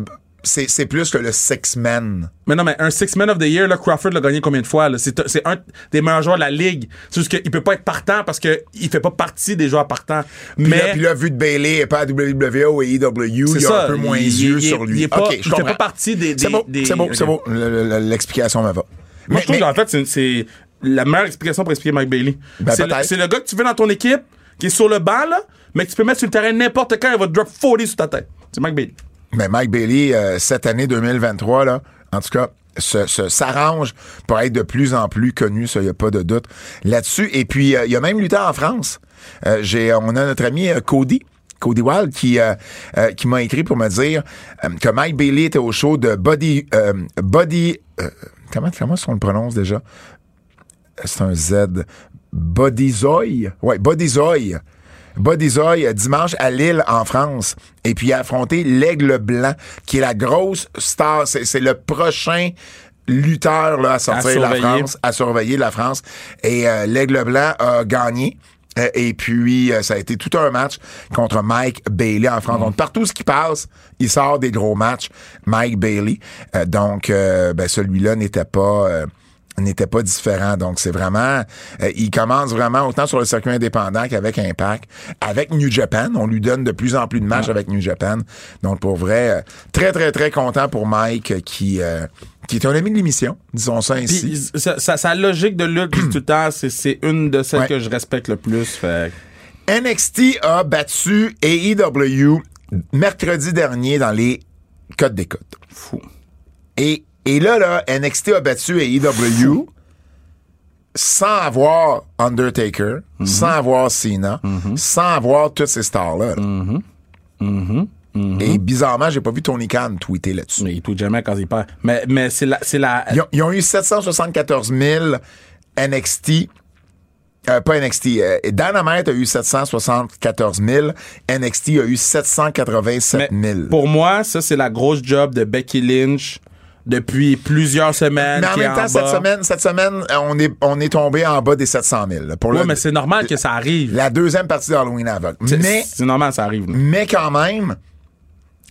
S2: c'est, c'est plus que le six man.
S3: Mais non, mais un Six Men of the Year, là, Crawford l'a gagné combien de fois? là? C'est c'est un des meilleurs joueurs de la ligue. C'est juste qu'il peut pas être partant parce qu'il fait pas partie des joueurs partants.
S2: Puis là,
S3: Mais
S2: puis là, vu de Bailey et pas à WWE ou AEW, il
S3: c'est
S2: y a
S3: ça.
S2: un peu moins
S3: il-
S2: yeux
S3: il-
S2: sur
S3: il-
S2: lui.
S3: Il, est pas,
S2: Ok, je
S3: il fait
S2: comprends.
S3: pas partie des. des
S2: c'est beau,
S3: des-
S2: c'est beau, c'est
S3: ok.
S2: beau. Le- le- le- L'explication me va.
S3: Moi,
S2: Mais-
S3: je trouve
S2: mais-
S3: qu'en fait, c'est- c'est la meilleure explication pour expliquer Mike Bailey.
S2: Ben,
S3: c'est, le,
S2: peut-être.
S3: c'est le gars que tu veux dans ton équipe, qui est sur le banc, là, mais que tu peux mettre sur le terrain n'importe quand, il va te drop 40 sur ta tête. C'est Mike Bailey.
S2: Mais Mike Bailey, euh, cette année 2023, là, en tout cas, se- se- s'arrange pour être de plus en plus connu, ça, il n'y a pas de doute là-dessus. Et puis, euh, il y a même lutté en France. Euh, j'ai- on a notre ami euh, Cody Cody Wild qui, euh, euh, qui m'a écrit pour me dire euh, que Mike Bailey était au show de Body. euh, body euh, comment, comment est-ce qu'on le prononce déjà? C'est un Z. Bodyzoy. Ouais, Bodyzoy. Bodyzoy euh, dimanche à Lille en France et puis il a affronté l'Aigle Blanc qui est la grosse star. C'est c'est le prochain lutteur là, à sortir de la
S3: surveiller.
S2: France, à surveiller de la France. Et euh, l'Aigle Blanc a gagné. Euh, Et puis, euh, ça a été tout un match contre Mike Bailey en France. Donc, partout ce qui passe, il sort des gros matchs. Mike Bailey. Euh, donc, euh, ben, celui-là n'était pas... euh, n'était pas différent. Donc, c'est vraiment... euh, il commence vraiment autant sur le circuit indépendant qu'avec Impact. Avec New Japan, on lui donne de plus en plus de matchs avec New Japan. Donc, pour vrai, euh, très, très, très content pour Mike euh, qui, euh, qui est un ami de l'émission, disons ça ainsi.
S3: Puis, sa, sa- sa logique de lutte, je dis tout le temps, c'est- c'est une de celles
S2: Ouais.
S3: que je respecte le plus. Fait.
S2: NXT a battu AEW mercredi dernier dans les codes des cotes.
S3: Fou.
S2: Et, et là, là, NXT a battu AEW sans avoir Undertaker, sans avoir Cena, sans avoir toutes ces stars-là. là. Et bizarrement, j'ai pas vu Tony Khan tweeter là-dessus.
S3: Mais il tweet jamais quand il perd. Mais, mais c'est la. C'est la
S2: Ils ont, ils ont eu 774 000 NXT. euh, pas NXT. euh, Dynamite a eu 774 000. NXT a eu 787 000.
S3: mais pour moi, ça, c'est la grosse job de Becky Lynch depuis plusieurs semaines.
S2: Mais en
S3: qui est
S2: même temps, cette
S3: bas.
S2: semaine, cette semaine, euh, on est, on est tombé en bas des 700 000. là, Pour
S3: Ouais,
S2: le-
S3: mais c'est normal que ça arrive.
S2: la deuxième partie d'Halloween Havoc.
S3: C'est-
S2: Mais,
S3: C'est normal, ça arrive. là.
S2: mais quand même,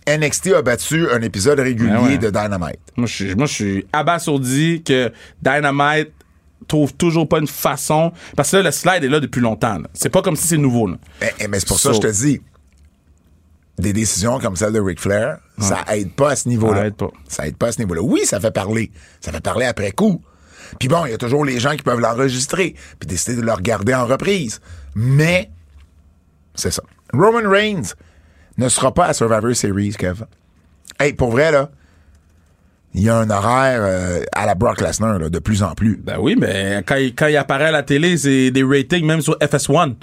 S2: NXT a battu un épisode régulier
S3: Ah ouais.
S2: de Dynamite.
S3: Moi, je suis, moi, je suis abasourdi que Dynamite trouve toujours pas une façon. Parce que là, le slide est là depuis longtemps. là. C'est pas comme si c'est nouveau. là.
S2: Eh, eh, mais c'est pour ça que
S3: So-
S2: je te dis, des décisions comme celle de Ric Flair, ça aide pas à ce niveau-là.
S3: Ça aide pas.
S2: Ça aide pas à ce niveau-là. Oui, ça fait parler. Ça fait parler après coup. Puis bon, il y a toujours les gens qui peuvent l'enregistrer, puis décider de le regarder en reprise. Mais, c'est ça. Roman Reigns ne sera pas à Survivor Series, Kev. Hey, pour vrai, là, il y a un horaire euh, à la Brock Lesnar, là, de plus en plus.
S3: Ben oui, mais quand il, quand il apparaît à la télé, c'est des ratings même sur FS1.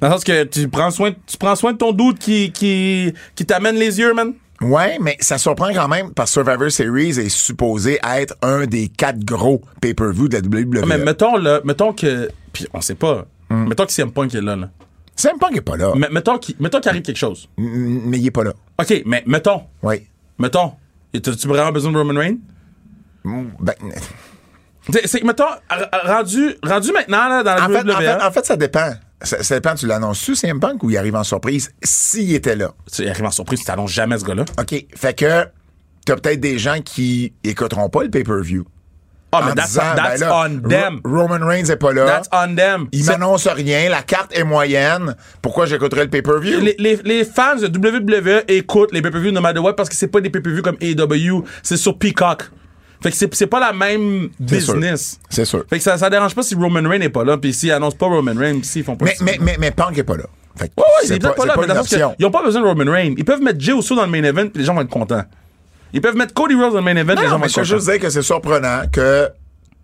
S3: Dans le sens que tu prends soin, tu prends soin de ton doute qui, qui, qui t'amène les yeux, man.
S2: Ouais, mais ça surprend quand même parce que Survivor Series est supposé être un des quatre gros pay-per-view de la E. WWE.
S3: Mais mettons, là, mettons que. Puis on sait pas.
S2: Mm.
S3: Mettons que CM Punk est là. là.
S2: C'est même pas qu'il est pas là,
S3: Mais mettons qu'il mettons qu'il arrive quelque chose.
S2: M- mais il est pas là.
S3: OK, mais mettons.
S2: Oui.
S3: Mettons. As-tu vraiment besoin de Roman Reigns?
S2: Ben,
S3: C'est- C'est que, mettons, r- rendu, rendu maintenant là, dans la E,
S2: en, fait, en,
S3: WWE,
S2: fait, en fait, ça dépend. Ça, ça dépend, tu l'annonces-tu, CM Punk, ou il arrive en surprise s'il était là.
S3: il arrive en surprise, tu t'annonces jamais ce gars-là.
S2: OK. Fait que t'as peut-être des gens qui écouteront pas le pay-per-view.
S3: Ah,
S2: en
S3: mais that's,
S2: disant,
S3: that's
S2: ben là,
S3: on them.
S2: Ro- Roman Reigns est pas là.
S3: That's on them.
S2: il
S3: C'est-
S2: m'annonce rien, la carte est moyenne. Pourquoi j'écouterais le pay-per-view?
S3: les, les, les fans de WWE écoutent les pay-per-views no matter what parce que c'est pas des pay-per-views comme AEW, c'est sur Peacock. Fait que c'est c'est pas la même
S2: C'est sûr.
S3: business.
S2: C'est sûr.
S3: Fait que ça, ça dérange pas si Roman Reigns n'est pas là, puis s'ils annoncent pas Roman Reigns, pis s'ils font pas
S2: Mais,
S3: ça.
S2: mais, mais, mais Punk est pas là. Fait que
S3: Ouais, ouais,
S2: c'est
S3: il est peut-être pas,
S2: c'est
S3: là, mais dans
S2: une
S3: le sens que
S2: option.
S3: ils ont pas besoin de Roman Reigns. Ils peuvent mettre Jey Uso dans le main event, puis les gens vont être contents. Ils peuvent mettre Cody Rhodes dans le main event,
S2: Non,
S3: les gens vont
S2: mais
S3: être
S2: je veux
S3: contents.
S2: juste dire que c'est surprenant que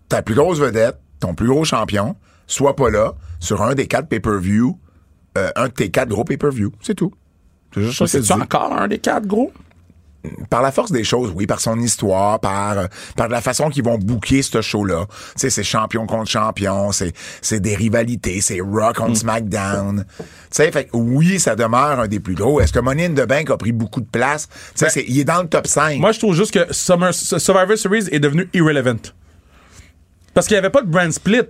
S2: ta plus grosse vedette, ton plus gros champion, soit pas là sur un des quatre pay-per-view, euh, un de tes quatre gros pay-per-view. C'est tout. C'est juste ça que
S3: C'est
S2: je dis.
S3: encore un des quatre gros.
S2: Par la force des choses, oui, par son histoire, par, euh, par la façon qu'ils vont booker ce show-là. Tu sais, c'est champion contre champion, c'est, c'est des rivalités, c'est Rock
S3: Mm.
S2: contre SmackDown. Tu sais, fait que oui, ça demeure un des plus gros. Est-ce que Money in the Bank a pris beaucoup de place? Tu sais, c'est- il est dans le top 5.
S3: Ben, Moi, je trouve juste que Summer- Survivor Series est devenu irrelevant. Parce qu'il n'y avait pas de brand split.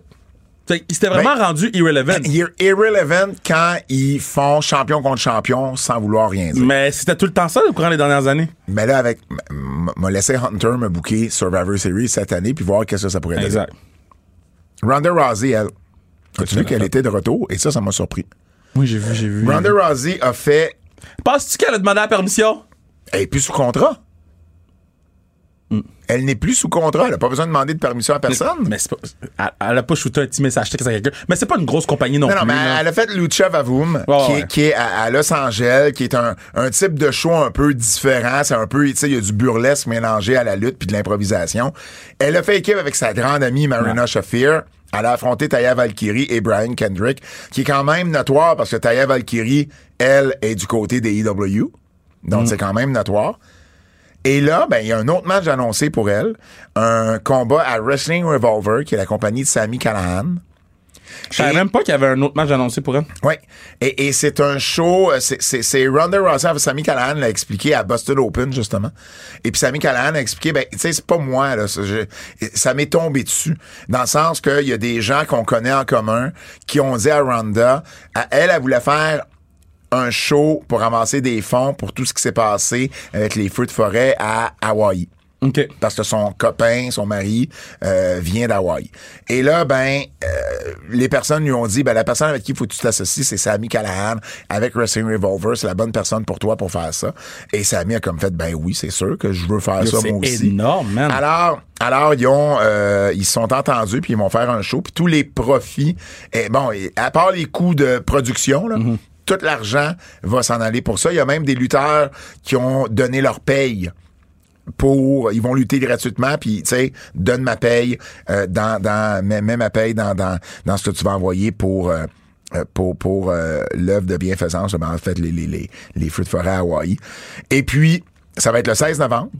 S3: Fait qu'il s'était vraiment
S2: Ben,
S3: rendu irrelevant.
S2: Il est irrelevant quand ils font champion contre champion sans vouloir rien dire.
S3: Mais c'était tout le temps ça, au courant des dernières années.
S2: Mais là, avec. m- m- M'a laissé Hunter me booker Survivor Series cette année puis voir qu'est-ce que ça pourrait donner.
S3: Exact.
S2: Ronda Rousey, elle. As-tu vu qu'elle était de retour? Et ça, ça m'a surpris.
S3: Oui, j'ai vu, j'ai vu.
S2: Ronda Rousey a fait.
S3: Penses-tu qu'elle a demandé la permission?
S2: Elle n'est plus sous contrat. Elle n'est plus sous contrat. Elle n'a pas besoin de demander de permission à personne.
S3: Mm. Mais c'est pas. Elle, elle a pas shooté un petit message texte à quelqu'un. Mais c'est pas une grosse compagnie non,
S2: Non, non,
S3: plus.
S2: mais
S3: là.
S2: elle a fait Lucha Vavoom,
S3: Ouais,
S2: qui,
S3: ouais.
S2: est, qui est à, à Los Angeles, qui est un, un type de show un peu différent. C'est un peu, tu sais, il y a du burlesque mélangé à la lutte puis de l'improvisation. Elle a fait équipe avec sa grande amie Marina Shafir. Elle a affronté Taya Valkyrie et Brian Kendrick, qui est quand même notoire parce que Taya Valkyrie, elle, est du côté des EW. Donc,
S3: Mm.
S2: c'est quand même notoire. Et là, ben, il y a un autre match annoncé pour elle. Un combat à Wrestling Revolver, qui est la compagnie de Sammy Callahan.
S3: Je savais même pas qu'il y avait un autre match annoncé pour elle.
S2: Oui. Et, et c'est un show, euh, c'est- c'est c'est Ronda Rousey, Sami Callahan l'a expliqué à Boston Open, justement. Et puis Sami Callahan a expliqué, ben, tu sais, c'est pas moi, là, ça, je- ça m'est tombé dessus. Dans le sens qu'il y a des gens qu'on connaît en commun qui ont dit à Ronda, à elle, elle voulait faire un show pour ramasser des fonds pour tout ce qui s'est passé avec les feux de forêt à Hawaï
S3: OK.
S2: parce que son copain, son mari, euh, vient d'Hawaï. Et là, ben, euh, les personnes lui ont dit, ben, la personne avec qui faut que tu t'associes, c'est Sammy Callahan avec Wrestling Revolver, c'est la bonne personne pour toi pour faire ça. Et Sammy a comme fait, ben oui, c'est sûr que je veux faire ça
S3: C'est
S2: moi aussi.
S3: énorme, man.
S2: Alors, alors ils ont, euh, ils se sont entendus puis ils vont faire un show puis tous les profits, et bon, et à part les coûts de production là, tout l'argent va s'en aller pour ça. Il y a même des lutteurs qui ont donné leur paye pour, ils vont lutter gratuitement puis tu sais, donne ma paye euh, dans, dans mets, mets ma paye dans, dans dans ce que tu vas envoyer pour euh, euh, pour pour euh, l'œuvre de bienfaisance, ben, en fait les les les les feux de forêt à Hawaï. Et puis ça va être le 16 novembre.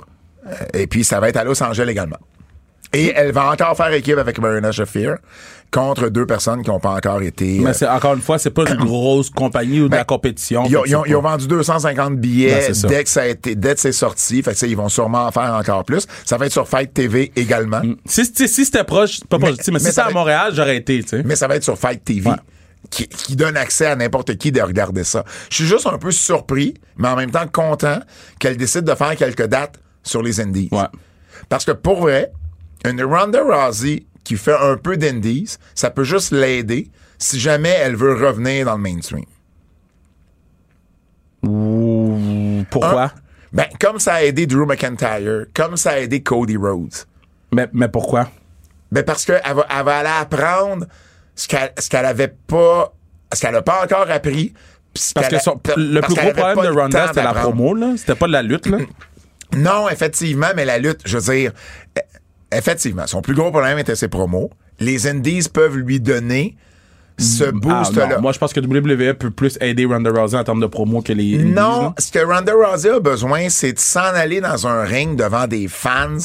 S2: Et puis, ça va être à Los Angeles également.
S3: Hmm.
S2: Et elle va encore faire équipe avec Marina Shafir contre deux personnes qui n'ont pas encore été. euh,
S3: Mais c'est encore une fois, c'est pas une grosse compagnie ou de la compétition.
S2: Ben, ils, ont,
S3: Fait que
S2: ils ont-
S3: c'est
S2: ils ont
S3: pas-
S2: vendu 250
S3: Ben,
S2: billets
S3: c'est ça.
S2: dès que ça a été, dès que c'est sorti. Fait que ça, ils vont sûrement en faire encore plus. Ça va être sur Fight TV également.
S3: Si, si, si c'était proche, pas proche, tu sais, mais,
S2: mais
S3: si
S2: ça
S3: c'était à
S2: va-
S3: Montréal, j'aurais été, tu sais.
S2: mais ça va être sur Fight TV.
S3: Ouais.
S2: Qui, qui donne accès à n'importe qui de regarder ça. Je suis juste un peu surpris, mais en même temps content qu'elle décide de faire quelques dates sur les Indies.
S3: Ouais.
S2: Parce que pour vrai, une Ronda Rousey qui fait un peu d'Indies, ça peut juste l'aider si jamais elle veut revenir dans le mainstream.
S3: Ouh, Pourquoi?
S2: Ben, comme ça a aidé Drew McIntyre, comme ça a aidé Cody Rhodes.
S3: Mais, mais pourquoi?
S2: Ben parce qu'elle va, elle va aller apprendre ce qu'elle ce qu'elle avait pas, ce qu'elle n'a pas encore appris. puis ce
S3: Parce
S2: qu'elle
S3: que
S2: a-
S3: son-
S2: pe-
S3: le
S2: parce
S3: plus gros
S2: qu'elle avait
S3: problème
S2: pas
S3: de
S2: le temps
S3: Ronda, c'était la
S2: d'apprendre.
S3: promo, là. C'était pas de la lutte, là.
S2: Non, effectivement, mais la lutte, je veux dire, eh, effectivement, son plus gros problème était ses promos. Les Indies peuvent lui donner ce
S3: Ah,
S2: boost-là.
S3: non. Moi, je pense que WWE peut plus aider Ronda Rousey en termes de promo que les. Indies,
S2: Non,
S3: là.
S2: ce que Ronda Rousey a besoin, c'est de s'en aller dans un ring devant des fans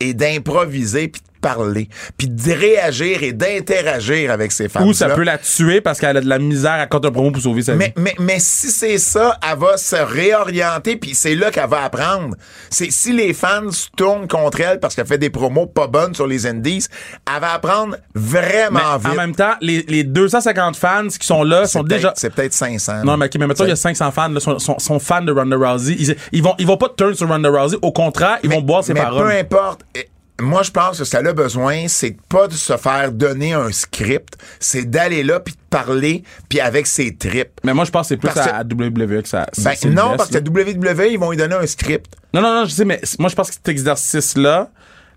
S2: et d'improviser puis de parler, puis de réagir et d'interagir avec ces fans.
S3: Ou ça peut la tuer parce qu'elle a de la misère à contre promo pour sauver sa vie.
S2: Mais, mais, mais si c'est ça, elle va se réorienter, puis c'est là qu'elle va apprendre. C'est si les fans se tournent contre elle parce qu'elle fait des promos pas bonnes sur les indies, elle va apprendre
S3: Mais
S2: vraiment vite.
S3: en même temps, les, les 250 fans qui sont là
S2: c'est
S3: sont
S2: peut-être-
S3: déjà.
S2: c'est peut-être 500.
S3: Non, mais, ok, mais mettons, il y a 500 fans, là, sont, sont- sont fans de Ronda Rousey. Ils, ils vont, ils vont pas turn sur Ronda Rousey. Au contraire, ils vont boire ses
S2: mais
S3: paroles.
S2: Peu importe. Eh, Moi, je pense que ce qu'elle a besoin, c'est de pas de se faire donner un script, c'est d'aller là puis de parler puis avec ses tripes.
S3: Mais moi, je pense que c'est plus
S2: Parce que-
S3: à, à WWE que ça.
S2: Ben,
S3: c'est- c'est
S2: non,
S3: le
S2: parce
S3: best,
S2: que
S3: là.
S2: WWE, ils vont lui donner un script.
S3: Non, non, non, je sais, mais c- moi, je pense que cet exercice-là,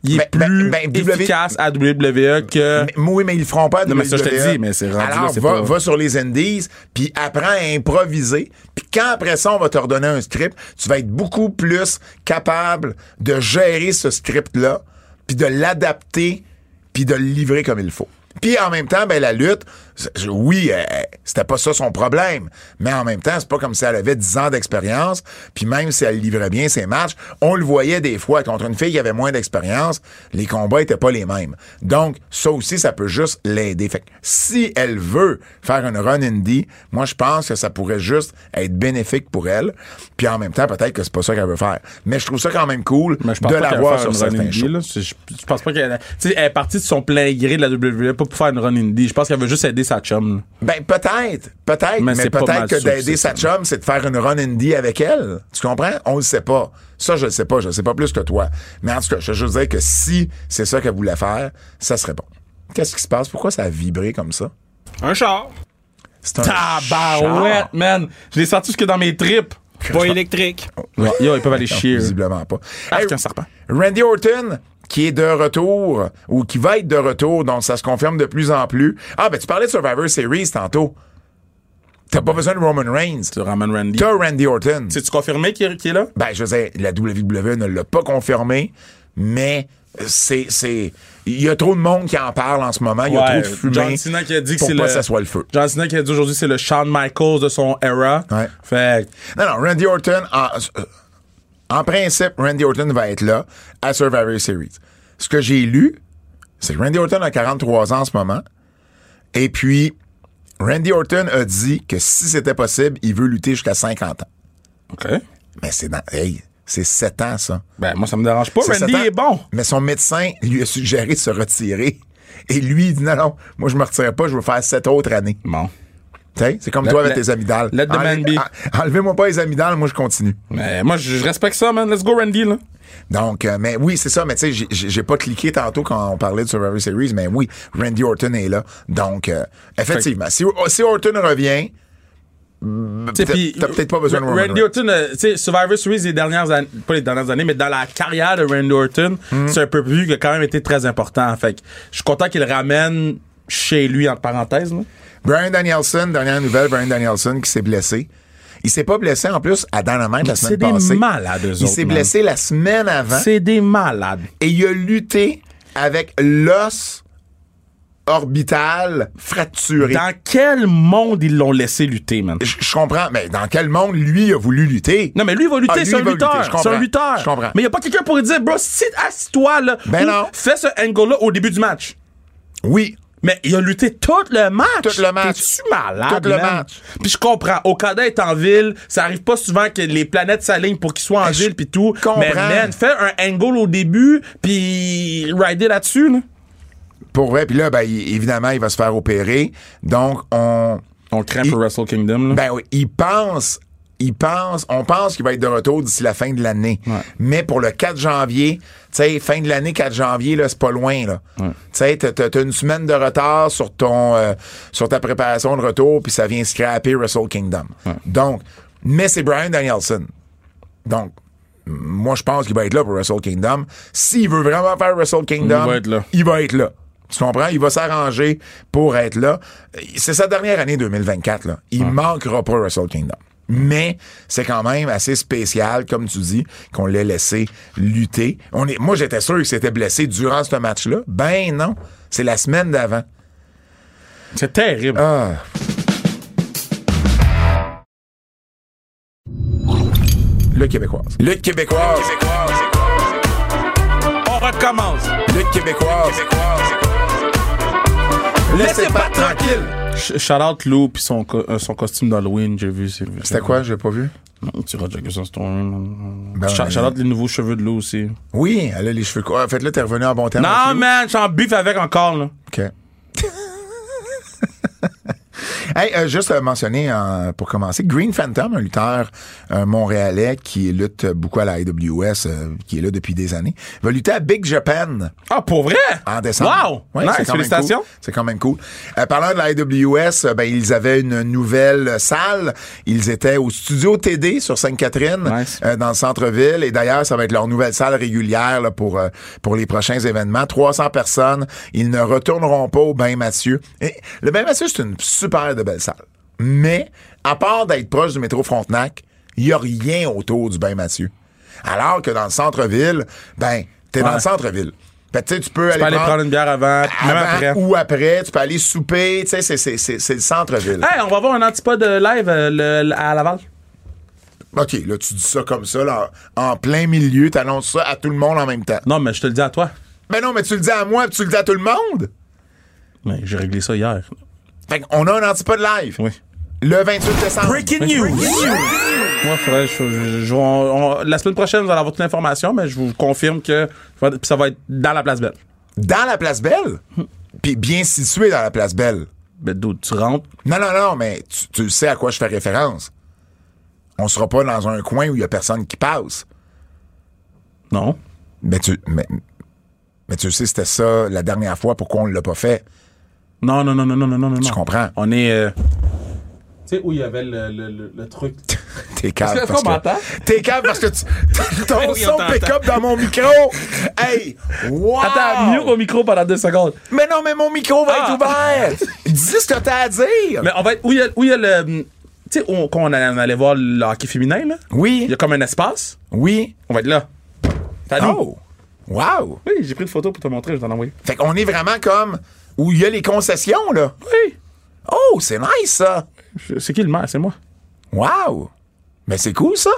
S3: il est
S2: Ben,
S3: plus
S2: ben, ben, W-
S3: efficace à WWE que.
S2: Mais- oui, mais ils le feront pas. à
S3: Euh, Non, mais ça, je te
S2: WWE.
S3: dis, mais c'est rendu là,
S2: Alors,
S3: c'est
S2: va,
S3: pas-
S2: va sur les indies, puis apprends à improviser. Puis quand après ça, on va te redonner un script, tu vas être beaucoup plus capable de gérer ce script-là, puis de l'adapter, puis de le livrer comme il faut. Puis en même temps, ben la lutte, c'est- je- oui, euh, c'était pas ça son problème, mais en même temps, c'est pas comme si elle avait 10 ans d'expérience, puis même si elle livrait bien ses matchs, on le voyait des fois contre une fille qui avait moins d'expérience, les combats étaient pas les mêmes. Donc ça aussi ça peut juste l'aider. Fait que si elle veut faire une run indie, moi je pense que ça pourrait juste être bénéfique pour elle, puis en même temps peut-être que c'est pas ça qu'elle veut faire. Mais je trouve ça quand même cool
S3: Mais je pense
S2: de
S3: pas
S2: la
S3: qu'elle va
S2: voir sur
S3: faire une run
S2: certains
S3: indie,
S2: shows.
S3: là. Je, je- je pense pas qu'elle. Tu sais, elle est partie de son plein gré de la WWE, pas pour faire une run indie. Je pense qu'elle veut juste aider sa chum. là.
S2: Ben peut-être, peut-être,
S3: Mais
S2: mais,
S3: c'est pas mal
S2: peut-être que
S3: sûr que
S2: d'aider sa
S3: c'est
S2: chum, c'est de faire une run indie avec elle. Tu comprends? On le sait pas. Ça, je le sais pas, je le sais pas plus que toi. Mais en tout cas, je veux juste dire que si c'est ça qu'elle voulait faire, ça serait bon. Qu'est-ce qui se passe? Pourquoi ça a vibré comme ça?
S4: Un char.
S2: C'est un char. Ah,
S3: Tabarouette, man! Je l'ai senti jusque dans mes tripes.
S4: Pas électrique.
S3: Ouais, Yo, ils peuvent aller chier. eux.
S2: Visiblement pas.
S3: Arc Ah, un serpent.
S2: Randy Orton, qui est de retour, ou qui va être de retour, donc ça se confirme de plus en plus. Ah, ben tu parlais de Survivor Series tantôt. T'as pas besoin de Roman Reigns.
S3: Tu ramènes Randy.
S2: T'as Randy Orton.
S3: C'est-tu confirmé qu'il qu'il est là?
S2: E Ben, je veux dire, la WWE ne l'a pas confirmé, mais c'est. c'est- Il y a trop de monde qui en parle en ce moment. Il y a
S3: Ouais,
S2: trop de fumée.
S3: John Cena qui a dit que
S2: pour
S3: c'est
S2: pas
S3: le.
S2: que ça soit le feu.
S3: John Cena qui a dit aujourd'hui c'est le Shawn Michaels de son era.
S2: Ouais.
S3: Fait que-
S2: Non, non, Randy Orton, en, euh, en principe, Randy Orton va être là à Survivor Series. Ce que j'ai lu, c'est que Randy Orton a 43 ans en ce moment. Et puis, Randy Orton a dit que si c'était possible, il veut lutter jusqu'à 50 ans.
S3: OK.
S2: Mais c'est dans. Hey, c'est 7 ans, ça.
S3: Ben, moi, ça me dérange pas.
S2: C'est
S3: Randy
S2: sept ans.
S3: est bon.
S2: Mais son médecin lui a suggéré de se retirer. Et lui, il dit non, non, moi, je me retire pas, je veux faire 7 autres années.
S3: Bon.
S2: Tu sais, C'est comme
S3: Let-
S2: toi avec
S3: let-
S2: tes amygdales.
S3: let the man
S2: Enlevez-
S3: be.
S2: en- Enlevez-moi pas les amygdales, moi, je continue.
S3: Mais moi, je je respecte ça, man. Let's go, Randy, là.
S2: Donc, euh, mais oui, c'est ça. Mais tu sais, j'ai- j'ai j'ai pas cliqué tantôt quand on parlait de Survivor Series, mais oui, Randy Orton est là. Donc, euh, effectivement, si, oh, si Orton revient,
S3: T'sais,
S2: T'as-
S3: puis-
S2: t'as peut-être pas besoin de Roman
S3: Randy Orton, euh, tu sais, Survivor Series, les dernières années, pas les dernières années, mais dans la carrière de Randy Orton,
S2: Mm-hmm.
S3: c'est un peu plus qui a quand même été très important. Fait que je suis content qu'il le ramène chez lui, entre parenthèses. là.
S2: Brian Danielson, dernière nouvelle, Brian Danielson qui s'est blessé. Il s'est pas blessé en plus à Dynamite la
S3: C'est
S2: semaine
S3: des
S2: passée.
S3: malades, eux
S2: Il
S3: autres,
S2: s'est
S3: man.
S2: blessé la semaine avant
S3: C'est des malades.
S2: et il a lutté avec l'os orbital fracturé.
S3: Dans quel monde ils l'ont laissé lutter, man?
S2: Je je comprends, mais dans quel monde lui a voulu lutter?
S3: Non, mais lui, il va lutter,
S2: Ah, lui,
S3: c'est un
S2: il va lutter, je
S3: lutteur. C'est
S2: comprends,
S3: un lutteur.
S2: je comprends.
S3: Mais il n'y a pas quelqu'un pour lui dire, bro, si assis-toi, là.
S2: Ben
S3: ou
S2: non.
S3: Fais ce angle-là au début du match.
S2: Oui,
S3: Mais il a lutté tout le match.
S2: Tout le match.
S3: T'es-tu malade?
S2: Tout le
S3: man?
S2: match.
S3: Puis je comprends. Okada est en ville. Ça arrive pas souvent que les planètes s'alignent pour qu'il soit en
S2: Ben, je
S3: ville puis tout.
S2: comprends.
S3: Mais man, fais un angle au début puis rider là-dessus. Là.
S2: Pour vrai, puis là, ben, il- évidemment, il va se faire opérer. Donc, on.
S3: On craint pour Wrestle Kingdom. Là.
S2: Ben oui, il pense. Il pense, on pense qu'il va être de retour d'ici la fin de l'année. Mais pour le 4 janvier, tu sais, fin de l'année, 4 janvier, là, c'est pas loin, là. Tu sais, t'as- t'as t'as une semaine de retard sur ton, euh, sur ta préparation de retour, puis ça vient scraper Wrestle Kingdom. Donc, mais c'est Brian Danielson. Donc, m- moi, je pense qu'il va être là pour Wrestle Kingdom. S'il veut vraiment faire Wrestle Kingdom,
S3: Il va être là.
S2: il va être là. Tu comprends? Il va s'arranger pour être là. C'est sa dernière année 2024. Là.
S3: Ah.
S2: Il manquera pas Wrestle Kingdom. Mais c'est quand même assez spécial, comme tu dis, qu'on l'ait laissé lutter. On est, moi, j'étais sûr qu'il s'était blessé durant ce match-là. Ben non. C'est la semaine d'avant.
S3: C'est terrible.
S2: Ah. Le Québécoise. Le Québécoise. Le
S3: On recommence.
S2: Québécoise. Laissez pas tranquille.
S3: Sh- Shout out Lou puis son, co- euh, son costume d'Halloween, j'ai vu. c'est-
S2: C'était quoi? J'ai pas vu.
S3: Non, Tu rajoutes que ça, c'est ton-
S2: Ben,
S3: Shout
S2: ouais.
S3: shout out les nouveaux cheveux de Lou aussi.
S2: Oui, elle a les cheveux courts. En fait, là, t'es revenu en bon terme.
S3: Non,
S2: avec Lou.
S3: man, j'en biffe avec encore. Là.
S2: OK. hey, euh, juste à mentionner euh, pour commencer, Green Phantom, un lutteur euh, montréalais qui lutte beaucoup à la AWS, euh, qui est là depuis des années, va lutter à Big Japan
S3: Ah, pour vrai?
S2: en décembre.
S3: Wow!
S2: Ouais, c'est
S3: nice,
S2: quand même
S3: félicitations.
S2: cool. C'est quand même cool. Euh, parlant de la AWS, euh, ben, ils avaient une nouvelle euh, salle. Ils étaient au studio TD sur Sainte-Catherine,
S3: Nice.
S2: euh, dans le centre-ville. Et d'ailleurs, ça va être leur nouvelle salle régulière là, pour, euh, pour les prochains événements. 300 personnes. Ils ne retourneront pas au Bain Mathieu. Et le Bain Mathieu, c'est une super de belle salle. Mais, à part d'être proche du métro Frontenac, il n'y a rien autour du Bain Mathieu. Alors que dans le centre-ville, ben, t'es dans
S3: Ouais.
S2: le centre-ville. Fait que, tu sais, tu peux
S3: Tu peux aller prendre une bière avant, même
S2: avant
S3: après.
S2: ou après, tu peux aller souper, tu sais, c'est- c'est- c'est c'est le centre-ville.
S3: Hey, on va voir un antipode euh, live euh, le- le- à Laval.
S2: OK, là, tu dis ça comme ça, là, en plein milieu, t'annonces ça à tout le monde en même temps.
S3: Non, mais je te le dis à toi.
S2: Mais non, mais tu le dis à moi, puis tu le dis à tout le monde.
S3: Mais j'ai réglé ça hier.
S2: Fait qu'on a un antipode live.
S3: Oui.
S2: Le 28 décembre.
S3: Moi, faudrait, je- je- je- on- on- la semaine prochaine, vous allez avoir toute l'information, mais je vous confirme que va- ça va être dans la place belle.
S2: Dans la place Belle. Puis bien situé dans la place Belle.
S3: Mais d'où tu rentres?
S2: Non, non, non, mais tu, tu sais à quoi je fais référence. On sera pas dans un coin où il y a personne qui passe.
S3: Non.
S2: Mais tu, mais, mais tu sais, c'était ça la dernière fois, pourquoi on l'a pas fait.
S3: Non, non, non, non, non, non, non, non.
S2: Tu comprends?
S3: On est. euh, Tu sais où il y avait le, le- le- le truc?
S2: T'es calme.
S3: Est-ce que-
S2: parce
S3: est-ce qu'on m'entend?
S2: que- T'es calme parce que tu, ton
S4: Oui, on
S2: son
S4: t'entend.
S2: pick-up dans mon micro. Hey! Wow!
S3: Attends, mieux au micro pendant deux secondes.
S2: Mais non, mais mon micro va être ouvert. Dis ce que t'as à dire.
S3: Mais on va être. Où il y a, où il y a le. hum, Tu sais, on- quand on allait, on allait voir le hockey féminin, là?
S2: Oui.
S3: Il y a comme un espace.
S2: Oui.
S3: On va être là. T'as
S2: Oh! Wow!
S3: Oui, j'ai pris une photo pour te montrer, je vais t'en envoyer.
S2: Fait qu'on est vraiment comme où il y a les concessions, là.
S3: Oui.
S2: Oh, c'est nice, ça!
S3: Je- C'est qui le maire? C'est moi.
S2: Wow! Mais c'est cool, ça!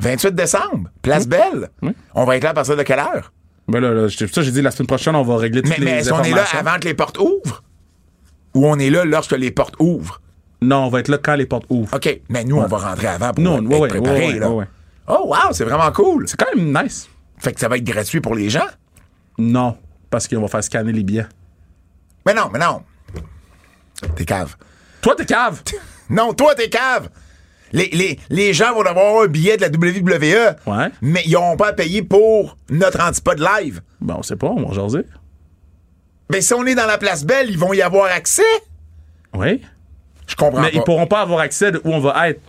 S2: 28 décembre, place Belle.
S3: Oui.
S2: On va être là à partir de quelle heure?
S3: Ben là, là, c'est pour ça, que j'ai dit la semaine prochaine, on va régler toutes
S2: Mais,
S3: les
S2: mais est-ce qu'on est là
S3: informations.
S2: avant que les portes ouvrent? Ou on est là lorsque les portes ouvrent?
S3: Non, on va être là quand les portes ouvrent.
S2: OK, mais nous, Ah, on va rentrer avant pour
S3: Non,
S2: être
S3: ouais, ouais,
S2: préparés,
S3: ouais, ouais,
S2: là.
S3: ouais, ouais.
S2: Oh, wow, c'est vraiment cool!
S3: C'est quand même nice.
S2: Fait que ça va être gratuit pour les gens?
S3: Non, parce qu'on va faire scanner les billets.
S2: Mais non, mais non! T'es cave.
S3: Toi, t'es cave!
S2: Non, toi, t'es cave! Les, les, les gens vont avoir un billet de la WWE,
S3: Ouais.
S2: mais ils n'auront pas à payer pour notre antipode live.
S3: Ben, on sait pas, on va jaser.
S2: Mais si on est dans la place Belle, ils vont y avoir accès?
S3: Oui.
S2: Je comprends
S3: Mais
S2: pas.
S3: ils pourront pas avoir accès de où on va être.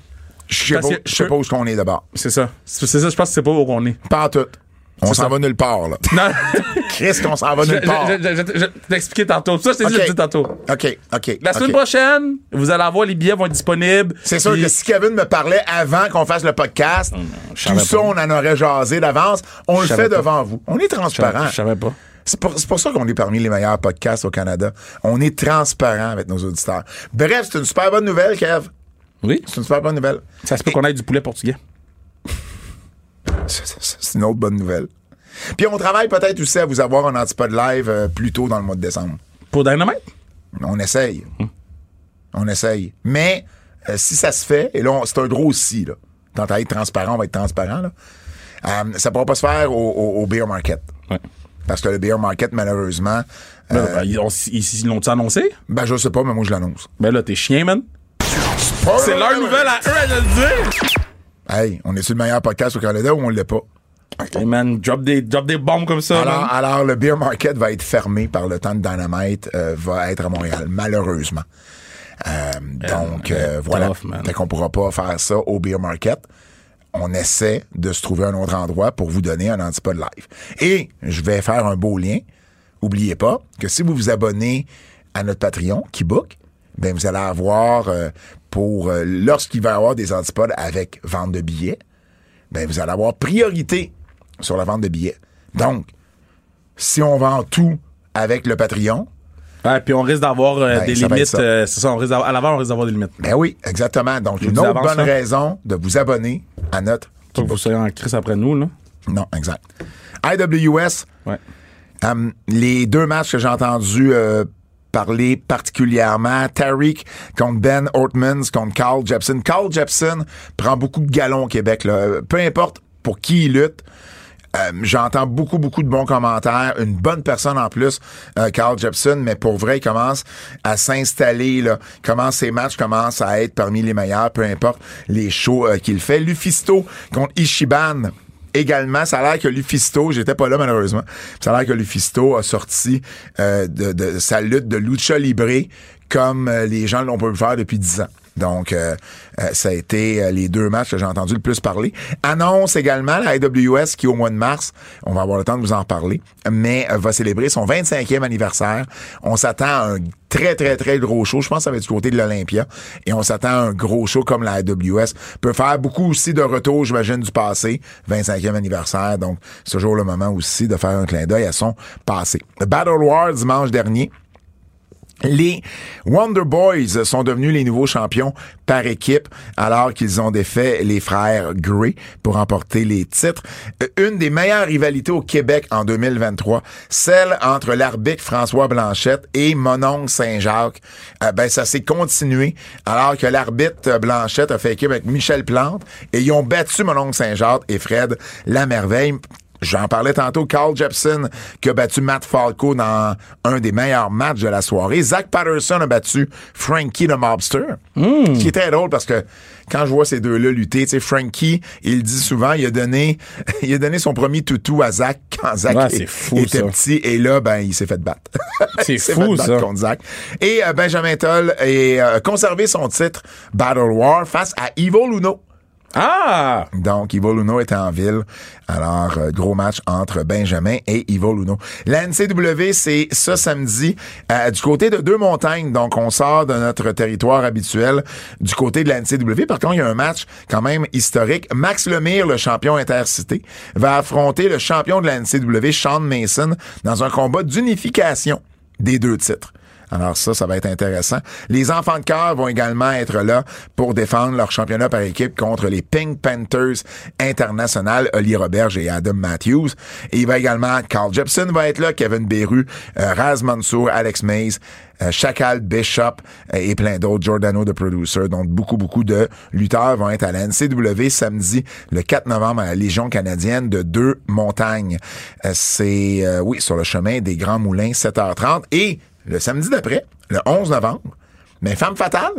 S2: Je sais
S3: parce
S2: pas-
S3: que-
S2: je sais pas où est-ce qu'on est d'abord.
S3: C'est ça. C'est c'est ça, je pense que c'est pas où on est.
S2: Pas en tout. On s'en
S3: ça.
S2: va nulle part, là.
S3: Non.
S2: Christ, on s'en va
S3: je
S2: nulle part.
S3: je- je- je- je t'ai expliqué tantôt. Ça, je t'ai dit, je
S2: Ok.
S3: le dis tantôt.
S2: OK, OK.
S3: La semaine
S2: ok.
S3: prochaine, vous allez avoir les billets vont être disponibles.
S2: C'est sûr
S3: Puis- Oh
S2: que si Kevin me parlait avant qu'on fasse le podcast,
S3: je
S2: tout
S3: savais
S2: ça,
S3: pas.
S2: on en aurait jasé d'avance. On le
S3: savais
S2: fait
S3: pas.
S2: devant vous. On est transparent.
S3: Je savais pas.
S2: C'est pour, c'est pour ça qu'on est parmi les meilleurs podcasts au Canada. On est transparent avec nos auditeurs. Bref, c'est une super bonne nouvelle, Kev.
S3: Oui.
S2: C'est une super bonne nouvelle.
S3: Ça se peut qu'on ait du poulet portugais.
S2: C'est- C'est c'est une autre bonne nouvelle. Puis on travaille peut-être aussi à vous avoir un antipode live euh, plus tôt dans le mois de décembre.
S3: Pour Dynamite?
S2: On essaye.
S3: Hmm.
S2: On essaye. Mais euh, si ça se fait, et là, on- c'est un gros si, là. Tant à être transparent, on va être transparent, là. Euh, ça pourra pas se faire au, au- au Beer Market.
S3: Ouais.
S2: Parce que le Beer Market, malheureusement, euh,
S3: Ben, ils ont- ils ils l'ont-tu annoncé?
S2: ben je sais pas, mais moi je l'annonce.
S3: Ben là, t'es chien, man. C'est leur nouvelle à eux, à le dire.
S2: Hey, on est-tu le meilleur podcast au Canada ou on l'est pas?
S3: Hey, man, drop des, drop des bombes comme ça. man.
S2: Alors, alors, le Beer Market va être fermé par le temps de Dynamite, euh, va être à Montréal, malheureusement. Euh, donc, euh, voilà.
S3: tough, man.
S2: fait qu'on pourra pas faire ça au Beer Market. On essaie de se trouver un autre endroit pour vous donner un antipode live. Et je vais faire un beau lien. Oubliez pas que si vous vous abonnez à notre Patreon, qui book, ben vous allez avoir euh, pour euh, lorsqu'il va y avoir des antipodes avec vente de billets, ben vous allez avoir priorité sur la vente de billets. Donc, si on vend tout avec le Patreon,
S3: Ouais, puis on risque d'avoir euh,
S2: Ben,
S3: des
S2: ça va être
S3: limites.
S2: ça.
S3: euh, c'est ça, on risque d'avoir- à l'avant, on risque d'avoir des limites.
S2: ben oui, exactement. Donc, une
S3: vous
S2: autre
S3: avance,
S2: bonne
S3: hein?
S2: raison de vous abonner à notre.
S3: Faut que vous soyez en crise après nous, là.
S2: Non, exact. IWS,
S3: Ouais.
S2: euh, les deux matchs que j'ai entendus euh, parler particulièrement, Tariq contre Ben Ortmans, contre Carl Jepson. Carl Jepson prend beaucoup de galons au Québec. là. Peu importe pour qui il lutte, Euh, j'entends beaucoup, beaucoup de bons commentaires. Une bonne personne en plus, euh, Carl Jepson, mais pour vrai, il commence à s'installer. là. Comment ses matchs commencent à être parmi les meilleurs, peu importe les shows euh, qu'il fait. Lufisto contre Ishiban. Également, ça a l'air que Lufisto, j'étais pas là malheureusement, ça a l'air que Lufisto a sorti euh, de, de sa lutte de Lucha Libre comme euh, les gens l'ont pu faire depuis 10 ans. Donc, euh, euh, ça a été euh, les deux matchs que j'ai entendu le plus parler. Annonce également la AWS qui, au mois de mars, on va avoir le temps de vous en parler, mais euh, va célébrer son 25e anniversaire. On s'attend à un très, très, très gros show. Je pense que ça va être du côté de l'Olympia. Et on s'attend à un gros show comme la AWS. Peut faire beaucoup aussi de retour, j'imagine, du passé. 25e anniversaire. Donc, c'est toujours le moment aussi de faire un clin d'œil à son passé. Battle War dimanche dernier. Les Wonder Boys sont devenus les nouveaux champions par équipe alors qu'ils ont défait les frères Gray pour remporter les titres. Euh, Une des meilleures rivalités au Québec en 2023, celle entre l'arbitre François Blanchette et Monon Saint-Jacques. Euh, ben, ça s'est continué alors que l'arbitre Blanchette a fait équipe avec Michel Plante et ils ont battu Monon Saint-Jacques et Fred Lamerveille. J'en parlais tantôt, Carl Jepson qui a battu Matt Falco dans un des meilleurs matchs de la soirée. Zach Patterson a battu Frankie the Mobster.
S3: Hmm.
S2: Ce qui est très drôle parce que quand je vois ces deux-là lutter, tu sais, Frankie, il dit souvent, il a donné, il a donné son premier toutou à Zach quand Zach
S3: Ouais,
S2: est-
S3: c'est fou,
S2: était
S3: ça.
S2: petit et là, ben, il s'est fait battre.
S3: C'est
S2: Il s'est
S3: fou,
S2: fait battre
S3: ça.
S2: contre Zach. Et euh, Benjamin Toll a euh, conservé son titre Battle War face à Evil Uno.
S3: Ah!
S2: Donc, Ivo Luno est en ville. Alors, euh, gros match entre Benjamin et Ivo Luno. La NCW, c'est ce samedi euh, du côté de deux montagnes. Donc, on sort de notre territoire habituel du côté de la NCW. Par contre, il y a un match quand même historique. Max Lemire, le champion intercité, va affronter le champion de la NCW, Shawn Mason, dans un combat d'unification des deux titres. Alors ça, ça va être intéressant. Les enfants de cœur vont également être là pour défendre leur championnat par équipe contre les Pink Panthers international, Oli Roberge et Adam Matthews. Et il va également, Carl Jepson va être là, Kevin Beru, euh, Raz Mansour, Alex Mays, euh, Chacal Bishop euh, et plein d'autres, Giordano de Producer. Donc beaucoup, beaucoup de lutteurs vont être à la NCW samedi, le 4 novembre, à la Légion canadienne de Deux Montagnes. Euh, C'est, euh, oui, sur le chemin des Grands Moulins, 7h30. Et le samedi d'après, le 11 novembre, mais Femme Fatale,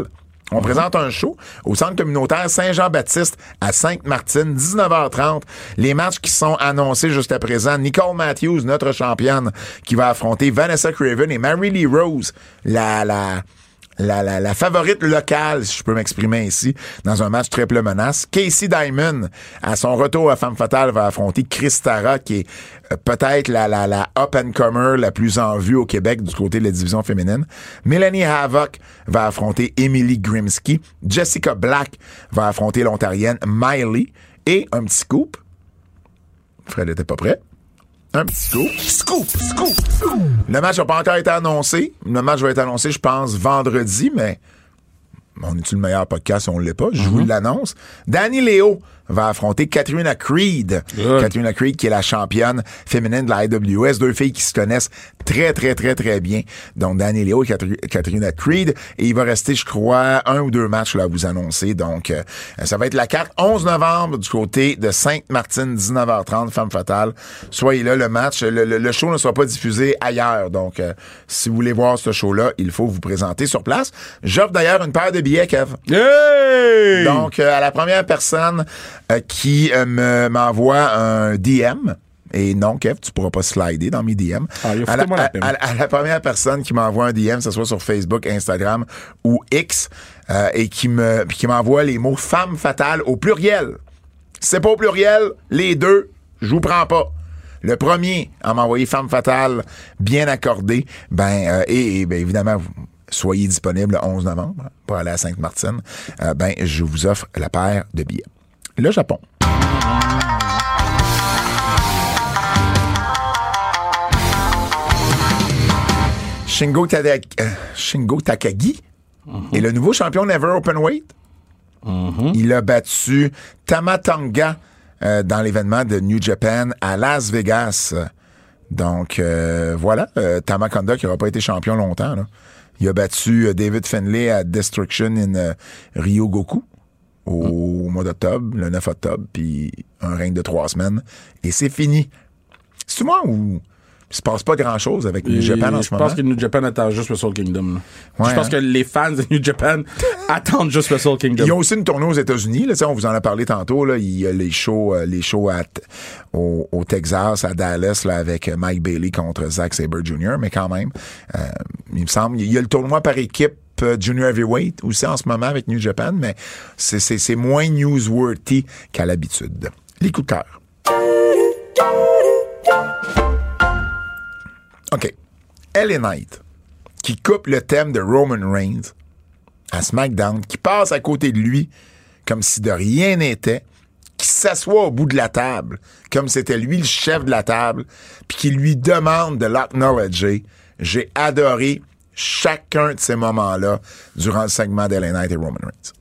S2: on présente un show au centre communautaire Saint-Jean-Baptiste à Sainte-Martine, 19h30. Les matchs qui sont annoncés jusqu'à présent, Nicole Matthews, notre championne, qui va affronter Vanessa Craven et Mary Lee Rose, la, la, la, la, la favorite locale, si je peux m'exprimer ici, dans un match triple menace. Casey Diamond, à son retour à Femme Fatale, va affronter Chris Tara, qui est euh, peut-être la, la, la up-and-comer la plus en vue au Québec du côté de la division féminine. Melanie Havoc va affronter Emily Grimsky. Jessica Black va affronter l'Ontarienne Miley. Et un petit scoop. Fred n'était pas prêt. Un petit scoop. Scoop, scoop, scoop. Le match n'a pas encore été annoncé. Le match va être annoncé, je pense, vendredi, mais on est-tu le meilleur podcast? On l'est pas. Je vous l'annonce. Danny Léo va affronter Katrina Creed.
S3: Good.
S2: Katrina Creed, qui est la championne féminine de la IWS. Deux filles qui se connaissent très, très, très, très bien. Donc, Danny Léo et Katri- Katrina Creed. Et il va rester, je crois, un ou deux matchs là, à vous annoncer. Donc, euh, ça va être la carte 11 novembre du côté de Sainte-Martine, 19h30, Femme Fatale. Soyez là, le match. Le, le- le show ne sera pas diffusé ailleurs. Donc, euh, si vous voulez voir ce show-là, il faut vous présenter sur place. J'offre d'ailleurs une paire de billets, Kev.
S3: Hey!
S2: Donc, euh, à la première personne euh, qui euh, me- m'envoie un DM, et non, Kev, tu pourras pas slider dans mes DM.
S3: Ah, il a
S2: à, la,
S3: foutu-moi la
S2: à-
S3: peine.
S2: à- à la première personne qui m'envoie un DM, que ce soit sur Facebook, Instagram ou X, euh, et qui me puis qui m'envoie les mots femme fatale au pluriel. Si C'est pas au pluriel, les deux, je vous prends pas. Le premier à m'envoyer femme fatale bien accordée, ben euh, et, et, ben, évidemment vous- soyez disponible le 11 novembre pour aller à Sainte-Martine, euh, ben je vous offre la paire de billets. Le Japon. Shingo, Tadek- euh, Shingo Takagi
S3: Mhm.
S2: est le nouveau champion Never Open Weight. Il a battu Tamatanga euh, dans l'événement de New Japan à Las Vegas. Donc euh, voilà, euh, Tamakanda qui n'aura pas été champion longtemps. là. Il a battu euh, David Finlay à Destruction in euh, Ryogoku au
S3: Mhm.
S2: mois d'octobre, le 9 octobre, puis un règne de trois semaines. Et c'est fini. C'est moi où il se passe pas grand-chose avec New
S3: Et
S2: Japan en ce
S3: je
S2: moment.
S3: pense que New Japan attend juste le Soul Kingdom. là.
S2: Ouais,
S3: je pense
S2: hein.
S3: que les fans de New Japan attendent juste le Soul Kingdom.
S2: Ils ont aussi une tournée aux États-Unis. Là, Tu sais, on vous en a parlé tantôt. Là, il y a les shows, euh, les shows à T- au, au Texas, à Dallas, là, avec euh, Mike Bailey contre Zack Sabre Jr. Mais quand même, euh, il me semble, il y a le tournoi par équipe euh, Junior Heavyweight aussi en ce moment avec New Japan, mais c'est, c'est- c'est moins newsworthy qu'à l'habitude. Les coups de cœur. OK. LA Knight, qui coupe le thème de Roman Reigns à SmackDown, qui passe à côté de lui comme si de rien n'était, qui s'assoit au bout de la table comme c'était lui le chef de la table, puis qui lui demande de l'acknowledger. J'ai adoré chacun de ces moments-là durant le segment d'Ellen Knight et Roman Reigns.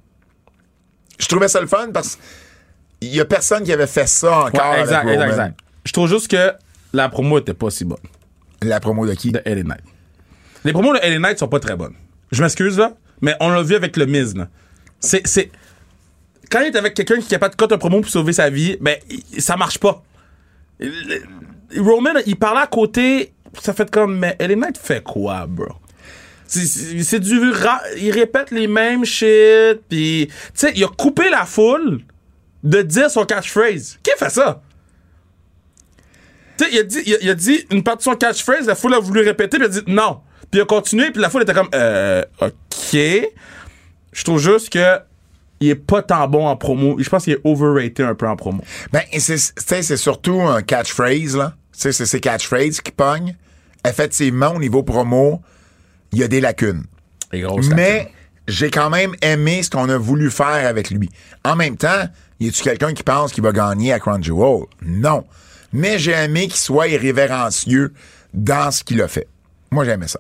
S2: Je trouvais ça le fun parce qu'il y a personne qui avait fait ça
S3: Ouais,
S2: encore
S3: exact,
S2: avec Roman.
S3: exact, exact. Je trouve juste que la promo était pas si bonne
S2: La promo de qui?
S3: de LA Knight. Les promos de LA Knight sont pas très bonnes. Je m'excuse, là, mais on l'a vu avec le Miz, là. C'est, c'est... Quand il est avec quelqu'un qui est capable de cote un promo pour sauver sa vie, ben, il- ça marche pas. Il- il- Roman, il parlait à côté, ça fait comme, mais LA Knight fait quoi, bro? C'est- C'est c'est du... Ra- il répète les mêmes shit, puis... Tu sais, il a coupé la foule de dire son catchphrase. Qui fait ça? Tu sais, il a dit, il a, il a dit une partie de son catchphrase, la foule a voulu répéter, puis il a dit non. Puis il a continué, puis la foule était comme, euh, ok. Je trouve juste que il est pas tant bon en promo. Je pense qu'il est overrated un peu en promo.
S2: Ben, et c'est- c'est tu sais, c'est surtout un catchphrase, là. Tu sais, C'est ces catchphrases qui pognent. Effectivement, au niveau promo, il y a des lacunes.
S3: Les
S2: Mais j'ai quand même aimé ce qu'on a voulu faire avec lui. En même temps, y a-tu quelqu'un qui pense qu'il va gagner à Crown Jewel? Non. Mais j'ai aimé qu'il soit irrévérencieux dans ce qu'il a fait. Moi, j'ai aimé ça.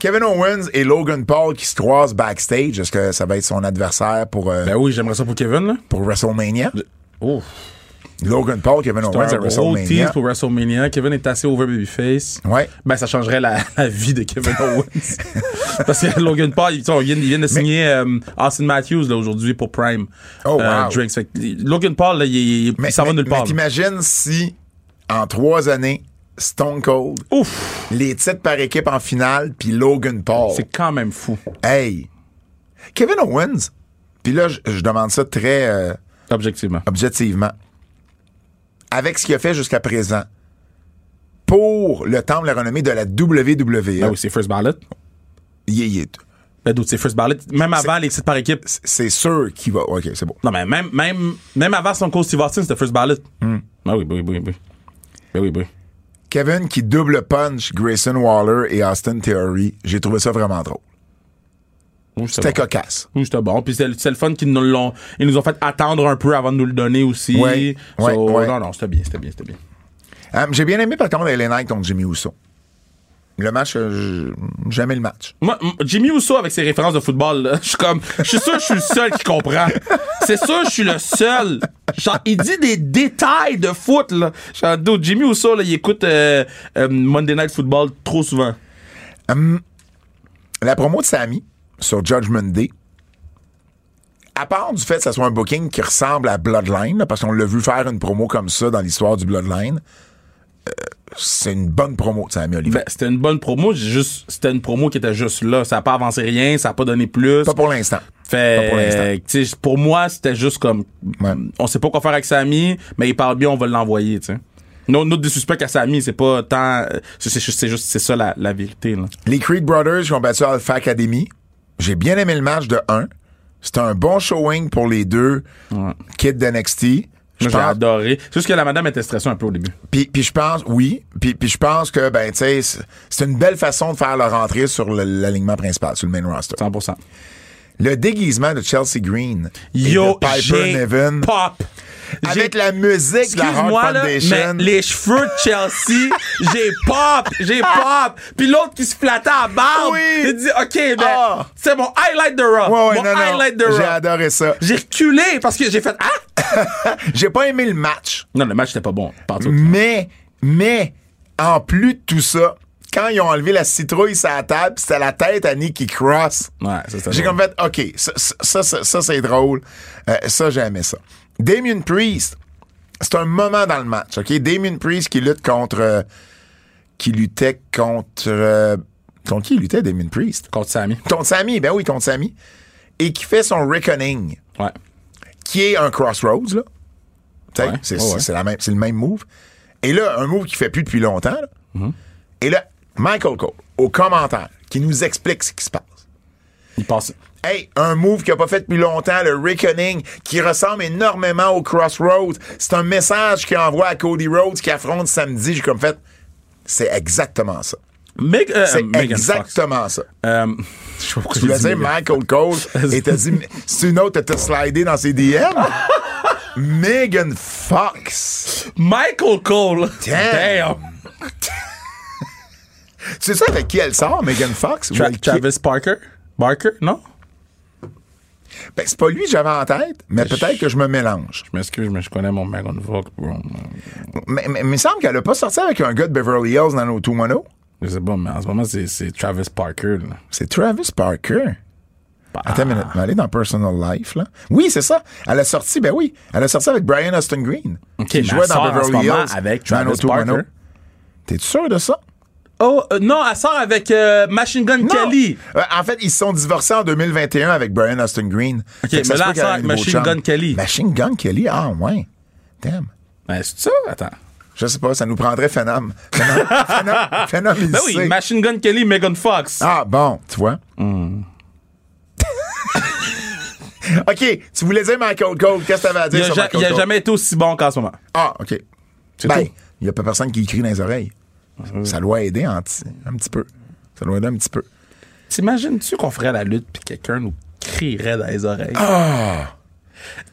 S2: Kevin Owens et Logan Paul qui se croisent backstage. Est-ce que ça va être son adversaire pour, euh,
S3: Ben oui, j'aimerais ça pour Kevin, là.
S2: pour WrestleMania?
S3: Oh.
S2: Logan Paul, Kevin Owens à
S3: un gros
S2: WrestleMania.
S3: tease pour WrestleMania. Kevin est assez over babyface.
S2: Ouais.
S3: Ben, ça changerait la, la vie de Kevin Owens. Parce que Logan Paul, il, tu sais, on vient- il vient de signer euh, Austin Matthews là, aujourd'hui pour Prime. Euh,
S2: Oh, wow.
S3: Drinks. Fait que Logan Paul, là, il, il- il s'en va nulle part. là.
S2: t'imagines si, en trois années, Stone Cold,
S3: Ouf!
S2: les titres par équipe en finale, puis Logan Paul.
S3: C'est quand même fou.
S2: Hey! Kevin Owens, puis là, je, je demande ça très euh,
S3: Objectivement.
S2: objectivement. Avec ce qu'il a fait jusqu'à présent, pour le temple de la renommée de la WWE,
S3: Ben oui, c'est First Ballot.
S2: il est- il est-
S3: Ben d'autres, c'est First Ballot. Même avant les titres par équipe.
S2: c'est sûr qu'il va. OK, c'est bon.
S3: Non, mais même, même, même avant son coach Steve Austin, c'était First Ballot.
S2: Hmm.
S3: Ben oui, ben oui, ben oui, ben oui. Ben oui, ben oui.
S2: Kevin qui double punch Grayson Waller et Austin Theory, j'ai trouvé ça vraiment drôle.
S3: Oui, c'était
S2: C'était
S3: bon.
S2: cocasse.
S3: Oui, c'était bon. Puis c'est le- c'est le fun qu'ils nous l'ont. Ils nous ont fait attendre un peu avant de nous le donner aussi.
S2: Ouais, ouais, ouais.
S3: Non, non, c'était bien, c'était bien, c'était bien.
S2: Euh, j'ai bien aimé par contre LA Knight contre Jimmy Uso. Le match, euh, j- j'aimais le match.
S3: Moi, m- Jimmy Uso avec ses références de football, là, je suis comme, je suis sûr que je suis le seul qui comprend. C'est sûr que je suis le seul. Genre, il dit des détails de foot, là. Genre, dude, Jimmy Uso, là, il écoute euh, euh, Monday Night Football trop souvent.
S2: La promo de Sammy sur Judgment Day, à part du fait que ça soit un booking qui ressemble à Bloodline, là, parce qu'on l'a vu faire une promo comme ça dans l'histoire du Bloodline, euh, c'est une bonne promo de Sammy Oliver.
S3: Ben, c'était une bonne promo, j'ai juste, c'était une promo qui était juste là. Ça n'a pas avancé rien, ça n'a pas donné plus.
S2: Pas pour l'instant. Pas
S3: Fait,
S2: pour l'instant.
S3: euh, tu sais, pour moi, c'était juste comme,
S2: Ouais.
S3: on sait pas quoi faire avec Samy, mais il parle bien, on va l'envoyer, tu sais. No- Notre des suspects à Samy, c'est pas tant, euh, c'est c'est juste, c'est juste, c'est ça la, la vérité, là.
S2: Les Creed Brothers qui ont battu Alpha Academy. J'ai bien aimé le match de 1. C'était un bon showing pour les deux kids d'NXT.
S3: Moi, j'ai adoré. C'est juste que la madame était stressée un peu au début.
S2: Puis, puis je pense, oui. Puis, puis je pense que, ben, tu sais, c'est- c'est une belle façon de faire leur entrée sur le- l'alignement principal, sur le main roster.
S3: 100%.
S2: Le déguisement de Chelsea Green. et
S3: Yo,
S2: de Piper
S3: j'ai
S2: Niven.
S3: pop. J'ai-
S2: Avec la musique de la
S3: Excuse-moi,
S2: Hard
S3: là,
S2: Foundation.
S3: mais les cheveux de Chelsea, j'ai pop, j'ai pop. Puis l'autre qui se flattait à barbe,
S2: Oui.
S3: il dit, OK, ben,
S2: Ah.
S3: c'est mon highlight de Raw.
S2: Ouais, ouais,
S3: mon
S2: non, non,
S3: highlight de
S2: J'ai
S3: Raw.
S2: adoré ça.
S3: J'ai reculé parce que j'ai fait, ah!
S2: J'ai pas aimé le match.
S3: Non, le match était pas bon. partout.
S2: Mm. Mais, mais, en plus de tout ça, quand ils ont enlevé la citrouille sur la table, c'était la tête à Nikki Cross.
S3: Ouais, ça, c'était
S2: J'ai
S3: drôle.
S2: comme fait, OK, ça, ça, ça, ça, ça, c'est drôle. Euh, ça, j'ai aimé ça. Damien Priest, c'est un moment dans le match, OK? Damien Priest qui lutte contre... euh, qui luttait contre... euh, contre qui il luttait, Damien Priest?
S3: Contre Samy.
S2: Contre Sami, ben oui, contre Sami. Et qui fait son Reckoning
S3: Ouais.
S2: qui est un crossroads, là. Tu sais,
S3: Ouais,
S2: C'est
S3: ouais,
S2: c'est-
S3: ouais.
S2: c'est la même- c'est le même move. Et là, un move qu'il fait plus depuis longtemps. là.
S3: Mm-hmm.
S2: Et là, Michael Cole, au commentaire, qui nous explique ce qui se passe.
S3: Il passe.
S2: Hey, un move qu'il n'a pas fait depuis longtemps, le Reckoning, qui ressemble énormément au Crossroads. C'est un message qu'il envoie à Cody Rhodes qui affronte samedi. J'ai comme fait, c'est exactement ça.
S3: Meg, euh,
S2: C'est
S3: Megan Fox.
S2: exactement ça.
S3: Euh, je sais pas pourquoi
S2: Tu voulais
S3: j'ai dit
S2: dire
S3: Megan.
S2: Michael Cole et t'as dit, c'est une autre, t'as slidé dans ses DM. Megan Fox.
S3: Michael Cole.
S2: Damn. Tu sais ça avec qui elle sort, Megan Fox? Ou
S3: Tra-
S2: elle-
S3: Travis Parker? Barker? Non?
S2: Ben, c'est pas lui que j'avais en tête, mais peut-être que je me mélange.
S3: Je m'excuse, mais je connais mon Megan Fox, bro.
S2: Mais mais- mais il me semble qu'elle a pas sorti avec un gars de Beverly Hills dans nos two mono.
S3: Je sais pas, mais en ce moment, c'est- c'est Travis Parker. Là.
S2: C'est Travis Parker.
S3: Bah.
S2: Attends une minute, on va aller dans Personal Life, là. Oui, c'est ça. Elle a sorti, ben oui, elle a sorti avec Brian Austin Green.
S3: mais
S2: qui jouait
S3: elle
S2: dans
S3: sort en
S2: Beverly
S3: ce moment
S2: Hills.
S3: avec
S2: dans nos
S3: Travis
S2: two mono.
S3: Parker.
S2: T'es-tu sûr de ça?
S3: Oh, euh, non, elle sort avec euh, Machine Gun
S2: Non.
S3: Kelly.
S2: Euh, en fait, ils se sont divorcés en 2021 avec Brian Austin Green. Fait que
S3: mais
S2: ça se
S3: là,
S2: peut
S3: elle
S2: qu'elle ait
S3: sort
S2: un
S3: avec
S2: nouveau
S3: Machine
S2: chum.
S3: Gun Kelly.
S2: Machine Gun Kelly, ah ouais. Damn.
S3: Ben, c'est ça? Attends.
S2: Je sais pas, ça nous prendrait Phenom. Phenom, Phenom, Phenom, il
S3: Ben oui,
S2: sait.
S3: Machine Gun Ah,
S2: Mm.
S3: Kelly, Megan Fox.
S2: Ah bon, tu vois. OK, tu voulais dire Michael Cole. Qu'est-ce que t'avais à
S3: Il
S2: dire
S3: a,
S2: sur
S3: ja-
S2: Michael
S3: il a
S2: Cole?
S3: jamais été aussi bon qu'en ce moment.
S2: Ah, OK.
S3: C'est
S2: Ben,
S3: tout.
S2: il n'y a pas personne qui crie dans les oreilles.
S3: Mm-hmm.
S2: Ça doit aider en petit- un petit peu. Ça doit aider un petit peu.
S3: T'imagines-tu qu'on ferait la lutte puis quelqu'un nous crierait dans les oreilles? Ah!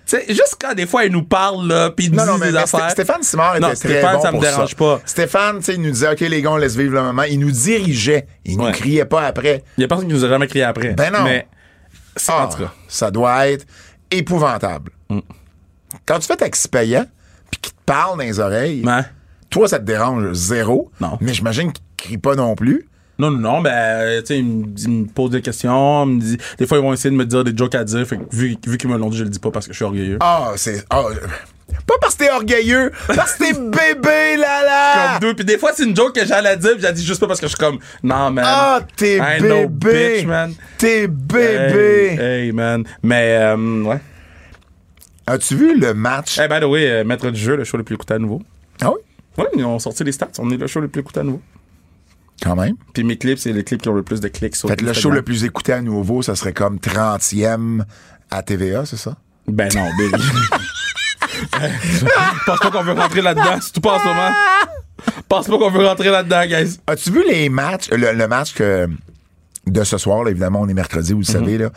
S3: Tu sais, juste quand des fois il nous parle, là, puis il nous
S2: Non,
S3: dit
S2: non, mais,
S3: des
S2: mais
S3: affaires.
S2: Sté- Stéphane Simard était
S3: Non, Stéphane,
S2: très bon
S3: ça me
S2: pour
S3: dérange pas.
S2: Stéphane, tu sais, il nous disait, OK, les gars, on laisse vivre le moment. Il nous dirigeait. Il nous
S3: Ouais.
S2: criait pas après.
S3: Il y a personne qui nous a jamais crié après.
S2: Ben non.
S3: Mais, c'est
S2: Ah,
S3: en tout cas. Mm.
S2: ça doit être épouvantable. Quand tu fais taxi payant, puis qu'il te parle dans les oreilles,
S3: Ouais.
S2: toi, ça te dérange zéro.
S3: Non.
S2: Mais j'imagine qu'il crie pas non plus.
S3: Non, non, non, ben, euh, tu sais, il me dit- il me pose des questions, il me dit, des fois, ils vont essayer de me dire des jokes à dire, fait que vu, vu qu'ils me l'ont dit, je le dis pas parce que je suis orgueilleux.
S2: Ah, c'est. ah, euh, pas parce que t'es orgueilleux, parce que t'es bébé, là, là!
S3: Comme deux, puis des fois, c'est une joke que j'allais dire, puis j'ai dit juste pas parce que je suis comme, non, man.
S2: Ah, t'es
S3: I know,
S2: bébé!
S3: bitch, man.
S2: T'es bébé!
S3: Hey, hey, man. Mais, euh, ouais.
S2: As-tu vu le match?
S3: Hey, by the way, euh, maître du jeu, le show le plus écouté à nouveau.
S2: Ah oui?
S3: Ouais, ils ont sorti les stats. On est le show le plus écouté à nouveau.
S2: Quand même.
S3: Puis mes clips, c'est les clips qui ont le plus de clics sur
S2: Fait que le show
S3: Instagram.
S2: le plus écouté à nouveau, ça serait comme 30e à TVA, c'est ça?
S3: Ben non, Billy. Je pense pas qu'on veut rentrer là-dedans, surtout pas en ce moment. Je pense pas qu'on veut rentrer là-dedans, guys.
S2: As-tu vu les matchs, le, le match que, de ce soir, là, évidemment, on est mercredi, vous le
S3: Mhm.
S2: savez, là.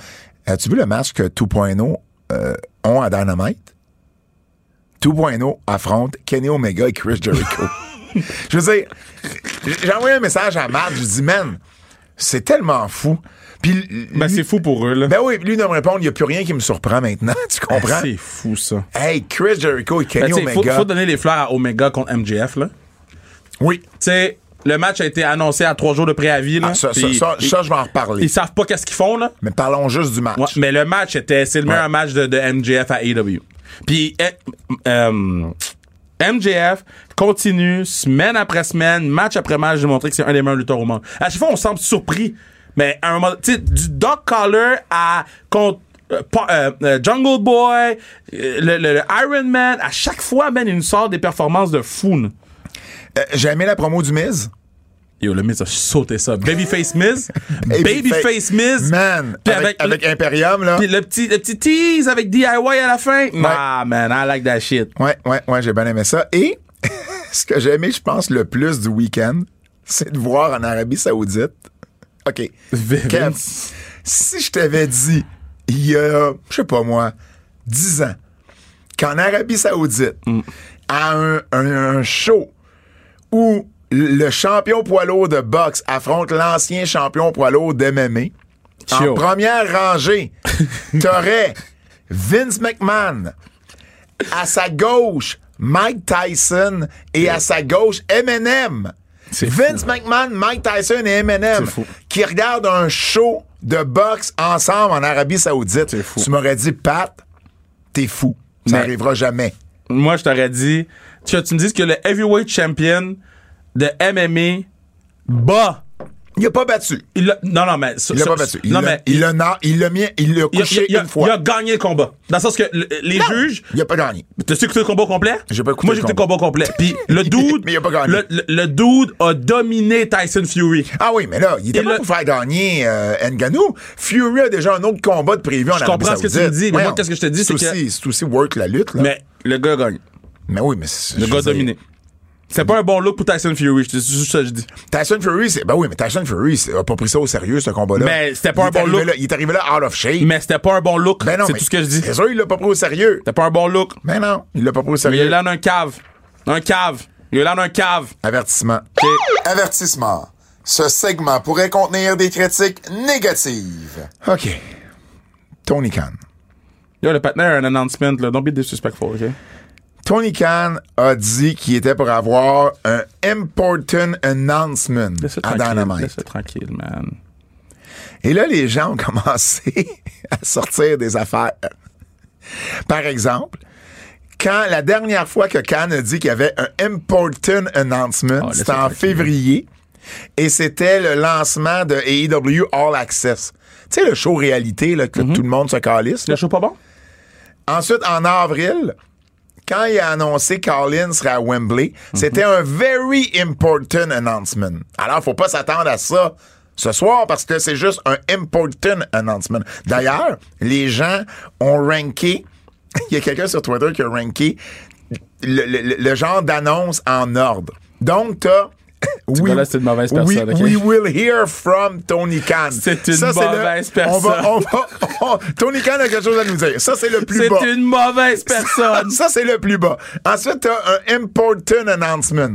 S2: As-tu vu le match que 2.0 euh, ont à Dynamite? 2.0 affronte Kenny Omega et Chris Jericho. je veux dire, j'ai envoyé un message à Matt, je dis, man, c'est tellement fou. Puis,
S3: Ben c'est fou pour eux, là.
S2: ben oui, lui, il me répond, il n'y a plus rien qui me surprend maintenant, tu comprends?
S3: Ben, C'est fou, ça.
S2: Hey, Chris Jericho et
S3: Ben,
S2: Kenny
S3: tu sais, faut,
S2: Omega.
S3: faut donner les fleurs à Omega contre MJF, là. Tu
S2: Oui.
S3: sais, le match a été annoncé à trois jours de préavis, là.
S2: Ah, ça, ça,
S3: Puis
S2: ça,
S3: ils,
S2: ça, je vais en reparler.
S3: ils savent pas qu'est-ce qu'ils font, là.
S2: Mais parlons juste du match.
S3: Ouais, mais le match était, c'est le meilleur match de, de MJF à AEW. Puis eh, euh, MJF continue semaine après semaine, match après match, de montrer que c'est un des meilleurs lutteurs au monde. À chaque fois, on semble surpris, mais à un moment, tu sais, du Doc Collar à contre euh, pa- euh, euh, Jungle Boy, euh, le, le- le Iron Man, à chaque fois, ben, il nous sort des performances de fou. là.
S2: Euh, J'ai aimé la promo du Miz.
S3: Yo, le Miz a sauté ça. Babyface Miz. Babyface Miz.
S2: ben, Man,
S3: Puis
S2: avec,
S3: avec-
S2: avec Imperium, là.
S3: Puis le petit, le petit tease avec DIY à la fin. Ah, man, I like that shit.
S2: Ouais, ouais, ouais, j'ai bien aimé ça. Et ce que j'ai aimé, je pense, le plus du week-end, c'est de voir en Arabie Saoudite. OK.
S3: Vince.
S2: Kev, si je t'avais dit, il y a, je sais pas moi, 10 ans, qu'en Arabie Saoudite,
S3: Mm.
S2: à un, un- un show où le champion poids lourd de boxe affronte l'ancien champion poids lourd d'MMA, en
S3: Chill.
S2: première rangée, t'aurais Vince McMahon, à sa gauche, Mike Tyson et à sa gauche, Eminem.
S3: C'est fou. hein.
S2: Vince McMahon, Mike Tyson et Eminem
S3: C'est fou.
S2: qui regardent un show de boxe ensemble en Arabie Saoudite.
S3: C'est fou.
S2: Tu m'aurais dit, Pat, t'es fou. Ça
S3: Mais-
S2: n'arrivera jamais.
S3: Moi, je t'aurais dit, tu, tu me dis que le heavyweight champion de MMA bat.
S2: Il a pas battu.
S3: Il l'a- non, non, mais. sur-
S2: Il l'a
S3: sur-
S2: pas battu. Il
S3: Non,
S2: l'a-
S3: mais.
S2: il l'a na- il l'a mis, il l'a
S3: il a- il a-
S2: couché
S3: il a-
S2: une fois.
S3: il a gagné le combat. Dans le sens que le- les juges.
S2: Il a pas gagné.
S3: T'as-tu écouté le combat au complet?
S2: J'ai pas écouté
S3: Moi,
S2: le
S3: j'ai écouté le combat au complet. Puis le dude.
S2: Mais il a pas gagné.
S3: Le, le- le dude a dominé Tyson Fury.
S2: Ah oui, mais là, il était
S3: Et
S2: pas
S3: le-
S2: pour faire gagner euh, Ngannou. Fury a déjà un autre combat de prévu en
S3: Je
S2: Arabie
S3: comprends ce que tu
S2: Saoudite.
S3: me dis, mais moi,
S2: Voyons.
S3: qu'est-ce que je te dis, c'est que-
S2: aussi- C'est aussi work la lutte, là.
S3: Mais le gars gagne.
S2: Mais oui, mais c'est-
S3: Le
S2: je
S3: gars
S2: veux dire,
S3: dominé. C'est pas un bon look pour Tyson Fury. C'est juste ça que je dis.
S2: Tyson Fury, c'est. Ben oui, mais Tyson Fury c'est- a pas pris ça au sérieux, ce combat-là.
S3: Mais c'était pas
S2: Il
S3: un
S2: est
S3: bon
S2: arrivé
S3: look.
S2: là- il est arrivé là out of shape.
S3: Mais c'était pas un bon look.
S2: Ben non,
S3: c'est
S2: mais
S3: tout ce que je dis.
S2: C'est sûr, il l'a pas pris au sérieux.
S3: C'était pas un bon look.
S2: Mais non, il l'a pas pris au
S3: Il est
S2: sérieux.
S3: là dans un cave. Un cave. Il est là dans un cave.
S2: Avertissement.
S3: Ok.
S5: Avertissement. Ce segment pourrait contenir des critiques négatives.
S2: OK. Tony Khan.
S3: Yo, le partner a un announcement, là. Don't be disrespectful, OK?
S2: Tony Khan a dit qu'il était pour avoir un important announcement
S3: Laisse-le
S2: à
S3: tranquille.
S2: Ah, Dynamite.
S3: Laisse-le tranquille, man.
S2: Et là, les gens ont commencé à sortir des affaires. Par exemple, quand la dernière fois que Khan a dit qu'il y avait un important announcement,
S3: Ah, laisse-le
S2: c'était en
S3: tranquille.
S2: février, et c'était le lancement de AEW All Access. Tu sais, le show réalité, là, que
S3: Mm-hmm.
S2: tout le monde se calisse.
S3: Le
S2: là.
S3: show pas bon?
S2: Ensuite, en avril, quand il a annoncé qu'Arlene serait à Wembley, c'était un very important announcement. Alors, faut pas s'attendre à ça ce soir parce que c'est juste un important announcement. D'ailleurs, les gens ont ranké, il y a quelqu'un sur Twitter qui a ranké le, le- le- le genre d'annonce en ordre. Donc, t'as
S3: vois, là, c'est une mauvaise
S2: we-
S3: personne, ok?
S2: we will hear from Tony Khan.
S3: C'est une
S2: Ça, c'est le-
S3: mauvaise
S2: on va-
S3: personne.
S2: on va- on- oh, Tony Khan a quelque chose à nous dire. Ça, c'est le plus
S3: C'est
S2: bas.
S3: une mauvaise personne.
S2: Ça, c'est le plus bas. Ensuite, t'as un important announcement.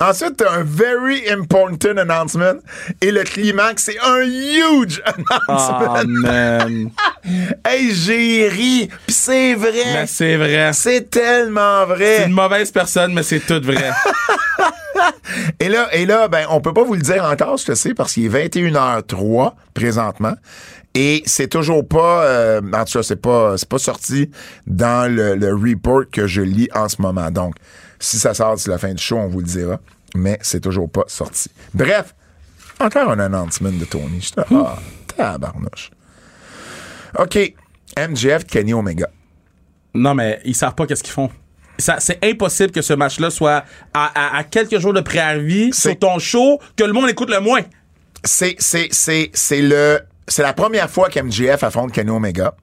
S2: Ensuite, t'as un very important announcement. Et le climax, c'est un huge announcement.
S3: Ah, man.
S2: Hey, j'ai ri. Pis c'est vrai.
S3: Mais c'est vrai. C'est
S2: C'est tellement vrai.
S3: une mauvaise personne, mais c'est tout vrai.
S2: Et là, et là, ben, on peut pas vous le dire encore ce que c'est parce qu'il est 21h03 présentement. Et c'est toujours pas, euh, en tout cas, c'est pas, c'est pas sorti dans le, le report que je lis en ce moment. Donc, si ça sort d'ici la fin du show, on vous le dira. Mais c'est toujours pas sorti. Bref, encore un announcement de Tony. J'étais, Ah, tabarnouche. OK. MGF, Kenny Omega.
S3: Non, mais ils savent pas qu'est-ce qu'ils font. Ça, c'est impossible que ce match-là soit à, à- à quelques jours de préavis
S2: C'est-
S3: sur ton show que le monde écoute le moins.
S2: c'est, c'est, c'est, c'est le, c'est la première fois qu'MGF affronte Kenny Omega.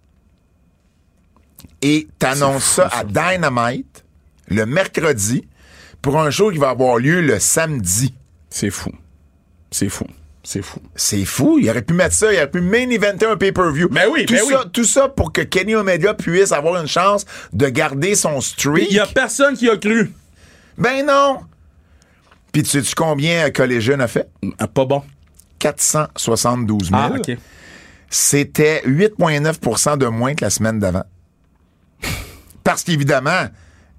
S2: Et t'annonces ça à Dynamite le mercredi pour un show qui va avoir lieu le samedi.
S3: C'est fou. C'est fou. C'est fou.
S2: C'est fou. Il aurait pu mettre ça, il aurait pu main eventer un pay-per-view.
S3: Ben oui,
S2: tout
S3: ben
S2: ça,
S3: oui.
S2: Tout ça pour que Kenny Omega puisse avoir une chance de garder son streak.
S3: Il y a personne qui a cru.
S2: Ben non! Puis tu sais combien Collégienne a fait?
S3: Ah, Pas bon.
S2: 472 000.
S3: Ah, ok.
S2: c'était 8,9 de moins que la semaine d'avant. Parce qu'évidemment,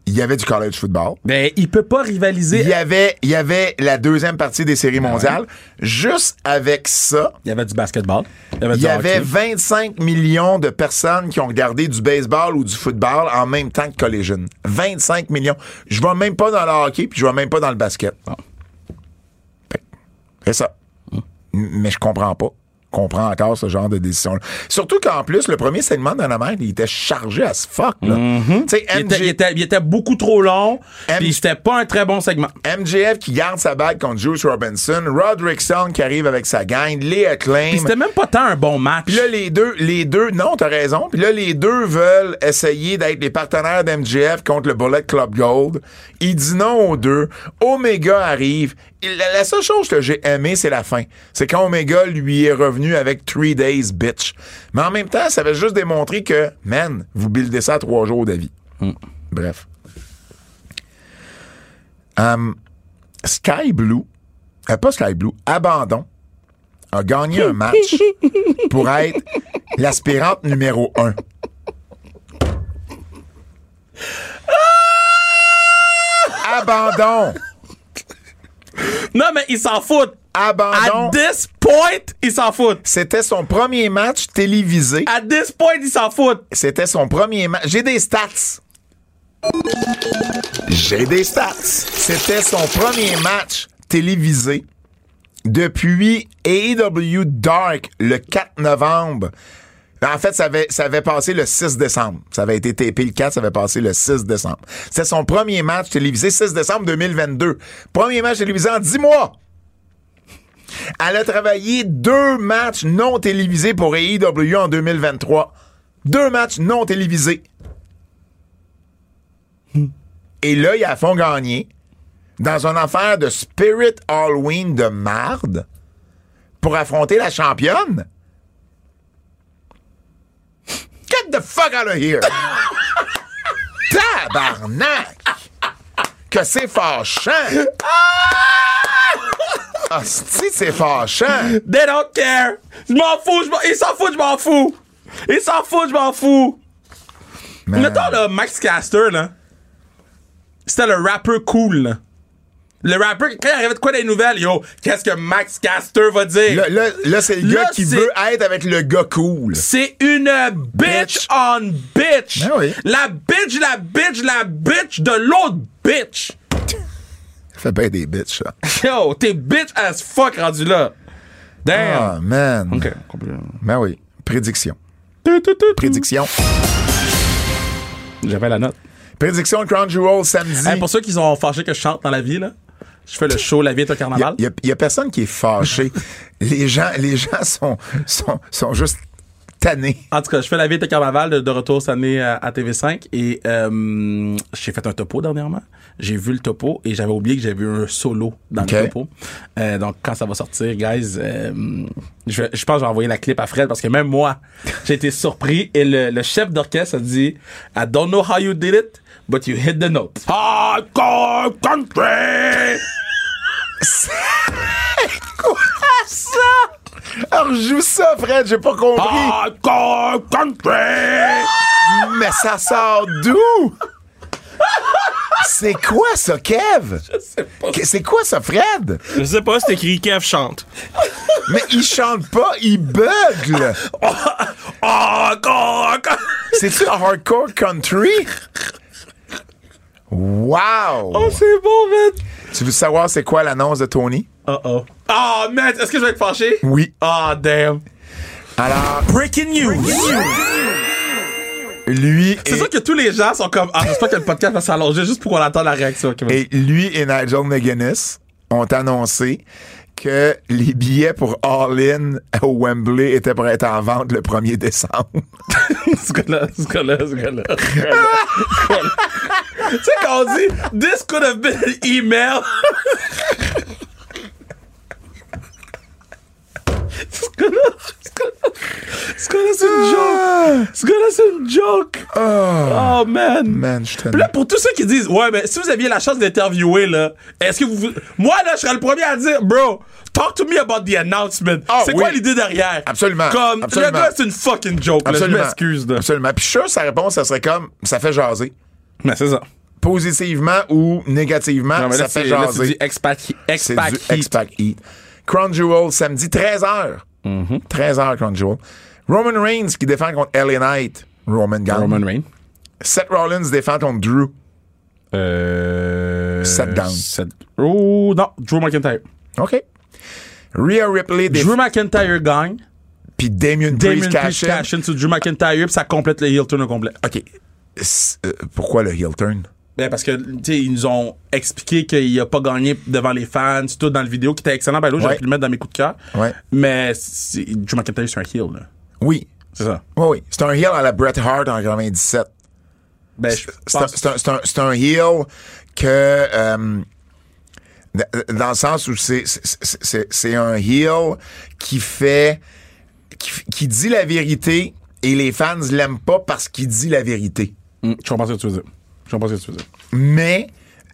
S2: il y avait du college football.
S3: Ben, il peut pas rivaliser.
S2: Il y avait, il y avait la deuxième partie des séries mondiales. Juste avec ça,
S3: Il y avait du basketball. Il y avait,
S2: il
S3: du
S2: y avait
S3: hockey.
S2: 25 millions de personnes qui ont regardé du baseball ou du football en même temps que Collegian. 25 millions. Je vais même pas dans le hockey, puis je vais même pas dans le basket. Fait que, C'est ça.
S3: Hmm.
S2: M- Mais je comprends pas. Je comprends encore ce genre de décision Surtout qu'en plus, le premier segment dans la mer, il était chargé à ce fuck. là. Tu sais,
S3: Mm-hmm. Il était, il
S2: MJ
S3: était- il était beaucoup trop long.
S2: M-
S3: Puis c'était pas un très bon segment.
S2: MJF qui garde sa bague contre Juice Robinson, Rodrickson qui arrive avec sa gang, les Acclaim.
S3: Puis c'était même pas tant un bon match.
S2: Puis là, les deux, les deux, non, t'as raison. Puis là, les deux veulent essayer d'être les partenaires d'MGF contre le Bullet Club Gold. Il dit non aux deux. Omega arrive. Il- la, la seule chose que j'ai aimé, c'est la fin. C'est quand Omega lui est revenu avec Three Days Bitch. Mais en même temps, ça veut juste démontrer que, man, vous buildez ça à trois jours d'avis. Bref. Hum, Sky Blue, euh, pas Sky Blue, Abandon, a gagné un match pour être l'aspirante numéro un. Abandon!
S3: Non, mais ils s'en foutent.
S2: Abandon!
S3: At this point, ils s'en foutent.
S2: C'était son premier match télévisé.
S3: At this point, ils s'en foutent.
S2: C'était son premier match. J'ai des stats. J'ai des stats. C'était son premier match télévisé depuis AEW Dark le 4 novembre. Ben, En fait, ça avait, ça avait passé le 6 décembre. Ça avait été tapé le 4, ça avait passé le 6 décembre. C'était son premier match télévisé, 6 décembre 2022. Premier match télévisé en 10 mois. Elle a travaillé deux matchs non télévisés pour AEW en 2023. Deux matchs non télévisés. Et là, ils la font gagner dans une affaire de Spirit Halloween de marde pour affronter la championne. Get the fuck out of here! Tabarnak! Que c'est fâchant! Hostie, c'est fâchant!
S3: They don't care. Je m'en fous. je m'en- Ils s'en foutent, je m'en fous. Ils s'en foutent, je m'en fous.
S2: Man.
S3: Mettons, là, Max Caster, là. C'était le rapper cool, là. Le rappeur, quand il arrivait de quoi des nouvelles, yo, qu'est-ce que Max Caster va dire?
S2: Là, là- là, c'est le
S3: Là,
S2: gars qui
S3: c'est-
S2: veut être avec le gars cool.
S3: C'est une bitch,
S2: Bitch.
S3: on bitch.
S2: Ben oui.
S3: La bitch, la bitch, la bitch de l'autre bitch.
S2: Ça fait bien des bitches, ça.
S3: Yo, t'es bitch as fuck rendu là. Damn.
S2: Ah, man.
S3: Ok.
S2: Ben oui. Prédiction.
S3: Tu, tu, tu, tu.
S2: Prédiction.
S3: J'avais la note.
S2: Prédiction de Crown Jewel samedi.
S3: Hey, pour ceux qui sont fâchés que je chante dans la vie, là, Je fais le show, la vie est un carnaval.
S2: Il n'y a, personne qui est fâché. les gens, les gens sont, sont, sont juste tannés.
S3: En tout cas, je fais la vie est un carnaval de, de retour cette année euh, à, à TV5 et euh, j'ai fait un topo dernièrement. J'ai vu le topo et j'avais oublié que j'avais eu un solo dans
S2: Ok.
S3: le topo. Euh, donc, quand ça va sortir, guys, euh, je, vais- je pense que je vais envoyer la clip à Fred parce que même moi, j'ai été surpris et le, le chef d'orchestre a dit « I don't know how you did it, but you hit the note. »
S2: Hardcore country! Quoi ça?
S3: Ah!
S2: Alors, joue ça, Fred, j'ai pas compris.
S4: Hardcore country!
S2: Mais ça sort d'où? C'est quoi ça, Kev? Qu- C'est quoi ça, Fred?
S4: Je sais pas, c'est écrit Kev chante.
S2: Mais il chante pas, il bugle. C'est-tu hardcore country? Wow!
S3: Oh, c'est bon, man!
S2: Tu veux savoir c'est quoi l'annonce de Tony?
S3: Uh-oh. Ah, man, est-ce que je vais être fâché?
S2: Oui.
S3: Ah, damn.
S2: Alors,
S3: Breaking news.
S2: lui
S3: C'est
S2: et,
S3: sûr que tous les gens sont comme, ah, j'espère que le podcast va s'allonger juste pour qu'on attende la réaction. ok, vas-y.
S2: et lui et Nigel McGuinness ont annoncé que les billets pour All In au Wembley étaient prêts à être en vente le 1er décembre.
S3: ce gars-là, ce gars-là, ce gars-là. ce gars-là. tu sais, quand on dit, this could have been an email. ce gars-là, ce gars-là, ce gars-là, c'est une joke. Ce gars-là, c'est une joke.
S2: Ah.
S3: Oh, man.
S2: Man, je te
S3: Puis là, pour tous ceux qui disent, ouais, mais si vous aviez la chance d'interviewer, là, est-ce que vous. Moi, là, je serais le premier à dire, bro, talk to me about the announcement.
S2: Ah,
S3: c'est quoi
S2: oui.
S3: l'idée derrière?
S2: Absolument.
S3: Comme,
S2: Absolument.
S3: le gars, c'est une fucking joke, là,
S2: Absolument.
S3: Je m'excuse, là.
S2: Absolument. Puis je suis sûr, sa réponse, ça serait comme ça fait jaser.
S3: Mais c'est ça.
S2: Positivement ou négativement,
S3: Non, mais
S2: Ah, ça
S3: là, c'est
S2: fait
S3: là,
S2: jaser.
S3: c'est du expat,
S2: C'est
S3: expat
S2: du Expac Heat. Crown Jewel, samedi, 13h.
S3: Mm-hmm.
S2: 13h, Crown Jewel. Roman Reigns qui défend contre LA Knight. Roman gagne.
S3: Roman Reign.
S2: Seth Rollins défend contre Drew.
S3: Euh.
S2: Set down.
S3: set- Oh, non, Drew McIntyre.
S2: OK. Rhea Ripley défend.
S3: Drew McIntyre gagne.
S2: Puis Damien
S3: Damien
S2: Priest
S3: Priest
S2: cash in.
S3: cash in sur Drew McIntyre, puis ça complète le heel turn au complet.
S2: OK. S- euh, pourquoi le heel turn?
S3: Ben parce que tu sais, ils nous ont expliqué qu'il a pas gagné devant les fans, c'est tout dans le vidéo qui était excellent. Ben là, j'aurais
S2: Ouais.
S3: pu le mettre dans mes coups de cœur.
S2: Ouais.
S3: Mais c'est- Drew McIntyre c'est un heel là.
S2: Oui.
S3: C'est ça.
S2: Oui, oui. C'est un heel à la Bret Hart en 97.
S3: Ben je
S2: C'est un-
S3: pense.
S2: c'est un, c'est un- c'est un heel que. euh, d- dans le sens où c'est- c'est c'est- c'est un heel qui fait. Qui, f- qui dit la vérité et les fans l'aiment pas parce qu'il dit la vérité.
S3: Mm, Je comprends ce que tu veux dire. Je comprends ce que tu veux dire.
S2: Mais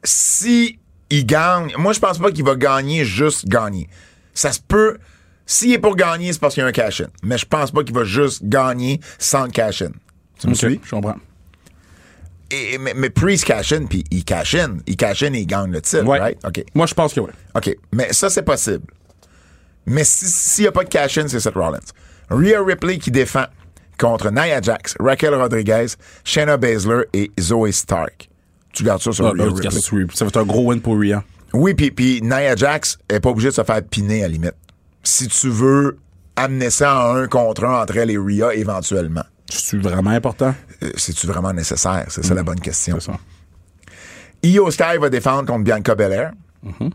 S2: si il gagne, moi je pense pas qu'il va gagner juste gagner. Ça se peut. S'il est pour gagner, c'est parce qu'il y a un cash-in. Mais je pense pas qu'il va juste gagner sans le cash-in. Tu me
S3: Ok,
S2: suis?
S3: Je comprends.
S2: Et- mais, mais Priest cash in, puis il cash in. Il cash in et il gagne le titre,
S3: Ouais.
S2: right? OK.
S3: Moi je pense que oui.
S2: OK. Mais ça, c'est possible. Mais si- s'il n'y a pas de cash in, c'est Seth Rollins. Rhea Ripley qui défend contre Nia Jax, Raquel Rodriguez, Shayna Baszler et Zoe Stark. Tu gardes ça sur
S3: Ah,
S2: Rhea
S3: ben,
S2: Ripley.
S3: Ça va être un gros win pour Rhea.
S2: Oui, puis, puis Nia Jax est pas obligée de se faire piner à la limite. Si tu veux amener ça en un contre un entre elle et Rhea éventuellement.
S3: C'est vraiment important.
S2: Euh, C'est-tu vraiment nécessaire? C'est ça
S3: Hmm.
S2: la bonne question.
S3: C'est ça.
S2: Io E Sky va défendre contre Bianca Belair.
S3: Mm-hmm.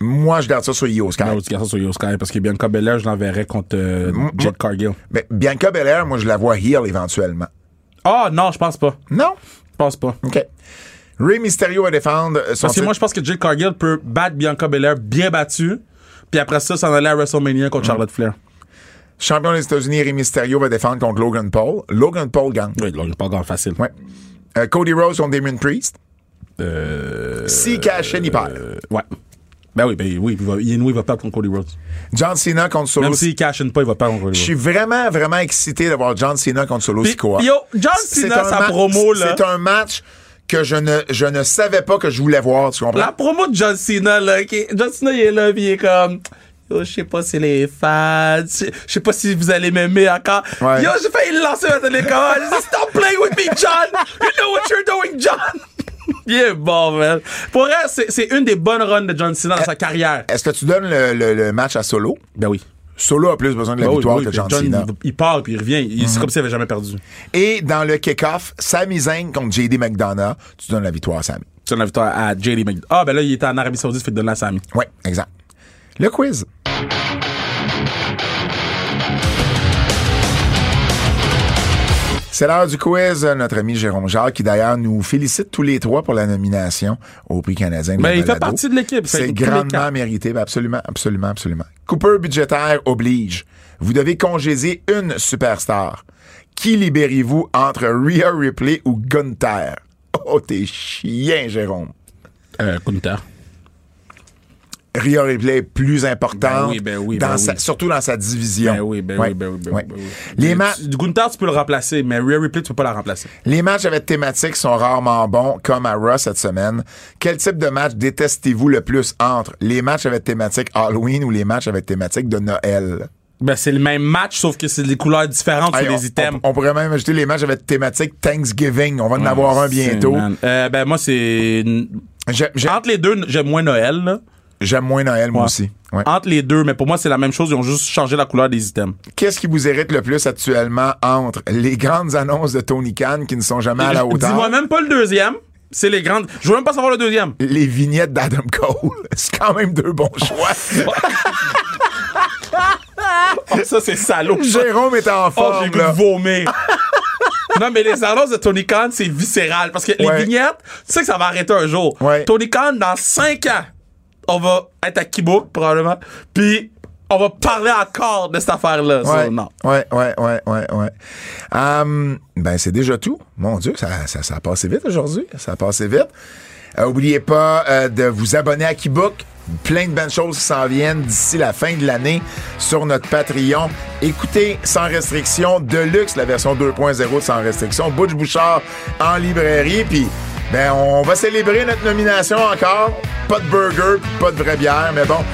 S2: Moi, je garde ça sur Io Sky.
S3: Ah, tu gardes ça sur Yo Sky parce que Bianca Belair, je l'enverrais contre euh, Jet Cargill.
S2: Mais Bianca Belair, moi, je la vois heel éventuellement.
S3: Ah non, je pense pas.
S2: Non?
S3: Je pense pas.
S2: OK. Ray Mysterio va défendre euh, son
S3: Parce que
S2: titre.
S3: moi, je pense que Jake Cargill peut battre Bianca Belair bien battue, puis après ça, s'en aller à WrestleMania contre Charlotte Flair.
S2: Champion des États-Unis, Ray Mysterio va défendre contre Logan Paul. Logan Paul gagne.
S3: Oui, là, pas grand facile.
S2: Ouais. Euh, Cody Rose contre Damien Priest.
S3: Euh,
S2: Si cash in, il perd.
S3: Ouais. Ben oui, ben oui, il va, il, il va perdre contre Cody Rhodes.
S2: John Cena contre Solo.
S3: Même s'il cash in pas, il va perdre contre Cody
S2: Je
S3: Rhodes.
S2: suis vraiment, vraiment excité d'avoir John Cena contre Solo
S3: Puis,
S2: Sikoa.
S3: yo, John
S2: C'est
S3: Cena,
S2: un
S3: sa
S2: ma-
S3: promo, là.
S2: C'est un match que je ne, je ne savais pas que je voulais voir, tu comprends?
S3: La promo de John Cena, là, qui- John Cena, il est là, puis il est comme... Yo, je sais pas si les fans, je je sais pas si vous allez m'aimer encore.
S2: Ouais.
S3: Yo, j'ai failli le lancer à la télécommande. J'ai dit, Stop playing with me, John! You know what you're doing, John! Il est bon, man. Pour elle, c'est c'est une des bonnes runs de John Cena dans sa carrière.
S2: Est-ce que tu donnes le, le- le match à Solo?
S3: Ben oui.
S2: Solo a plus besoin de la
S3: Ben oui,
S2: victoire
S3: oui,
S2: que
S3: puis
S2: John,
S3: John,
S2: Cena. Mhm.
S3: il- Il part puis il revient. Il- C'est comme s'il avait jamais perdu.
S2: Et dans le kick-off, Sami Zayn contre JD McDonough, tu donnes la victoire à Sami.
S3: Tu donnes la victoire à JD McDonald. Ah, ben là, il était en Arabie Saoudite, fait que donne-la à Sami.
S2: Oui, exact. Le quiz. C'est l'heure du quiz. euh, Notre ami Jérôme Jacques, qui d'ailleurs nous félicite tous les trois pour la nomination au prix canadien. de la
S3: Ben, il fait
S2: balado.
S3: partie de l'équipe. Fait
S2: C'est
S3: que tous les
S2: grandement
S3: quatre.
S2: mérité. Ben, absolument, absolument, absolument. Coupeur budgétaire oblige. Vous devez congédier une superstar. Qui libérez-vous entre Rhea Ripley ou Gunther? Oh, t'es chien, Jérôme.
S3: Euh, Kunta.
S2: Rhea Ripley est plus importante,
S3: Ben oui, ben oui,
S2: dans
S3: ben
S2: sa-
S3: oui.
S2: surtout dans sa division.
S3: Ben oui, ben
S2: Ouais,
S3: oui, ben oui, ben
S2: ouais.
S3: oui, ben oui.
S2: Les,
S3: Tu-
S2: ma-
S3: Gunther, tu peux le remplacer, mais Rhea Ripley, tu peux pas la remplacer.
S2: les matchs avec thématique sont rarement bons, comme à Raw cette semaine. Quel type de match détestez-vous le plus entre les matchs avec thématique Halloween ou les matchs avec thématique de Noël?
S3: Ben, c'est le même match, sauf que c'est des couleurs différentes
S2: Hey,
S3: sur
S2: on,
S3: les items.
S2: on- on pourrait même ajouter les matchs avec thématique Thanksgiving. On va en avoir un bientôt.
S3: Man. Euh, ben, moi, c'est.
S2: J'ai- j'ai-
S3: Entre les deux, j'aime moins Noël, là.
S2: J'aime moins Noël, moi aussi. Ouais.
S3: Entre les deux, mais pour moi, c'est la même chose. Ils ont juste changé la couleur des items.
S2: Qu'est-ce qui vous hérite le plus actuellement entre les grandes annonces de Tony Khan qui ne sont jamais à Ah, la hauteur?
S3: Dis-moi même pas le deuxième. C'est les grandes. Je veux même pas savoir le deuxième.
S2: les vignettes d'Adam Cole. C'est quand même deux bons choix.
S3: Oh, ça, c'est salaud.
S2: Jérôme est en
S3: Oh, j'ai
S2: forme,
S3: le goût
S2: là.
S3: de vomir. non, mais les annonces de Tony Khan, c'est viscéral. Parce que
S2: Ouais.
S3: les vignettes, tu sais que ça va arrêter un jour.
S2: Ouais.
S3: Tony Khan, dans 5 ans, on va être à Keybook, probablement. Puis, on va parler encore de cette affaire-là. Ça,
S2: Ouais,
S3: non.
S2: ouais, ouais, ouais, ouais, ouais. Hum, ben, c'est déjà tout. Mon Dieu, ça, ça, ça a passé vite aujourd'hui. Ça a passé vite. Euh, oubliez pas euh, de vous abonner à Keybook. Plein de bonnes choses qui s'en viennent d'ici la fin de l'année sur notre Patreon. Écoutez Sans Restriction Deluxe, la version 2.0 de Sans Restriction. Butch Bouchard en librairie. Puis, ben, on va célébrer notre nomination encore. Pas de burger, pas de vraie bière, mais bon.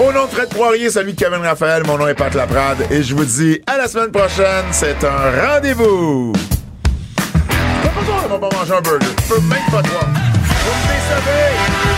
S2: Au nom de Fred Poirier, celui de Kevin Raphaël, mon nom est Pat Laprade. Et je vous dis à la semaine prochaine. C'est un rendez-vous. Je peux pas croire qu'on va pas manger un burger. Je peux même pas croire. Vous me décevez.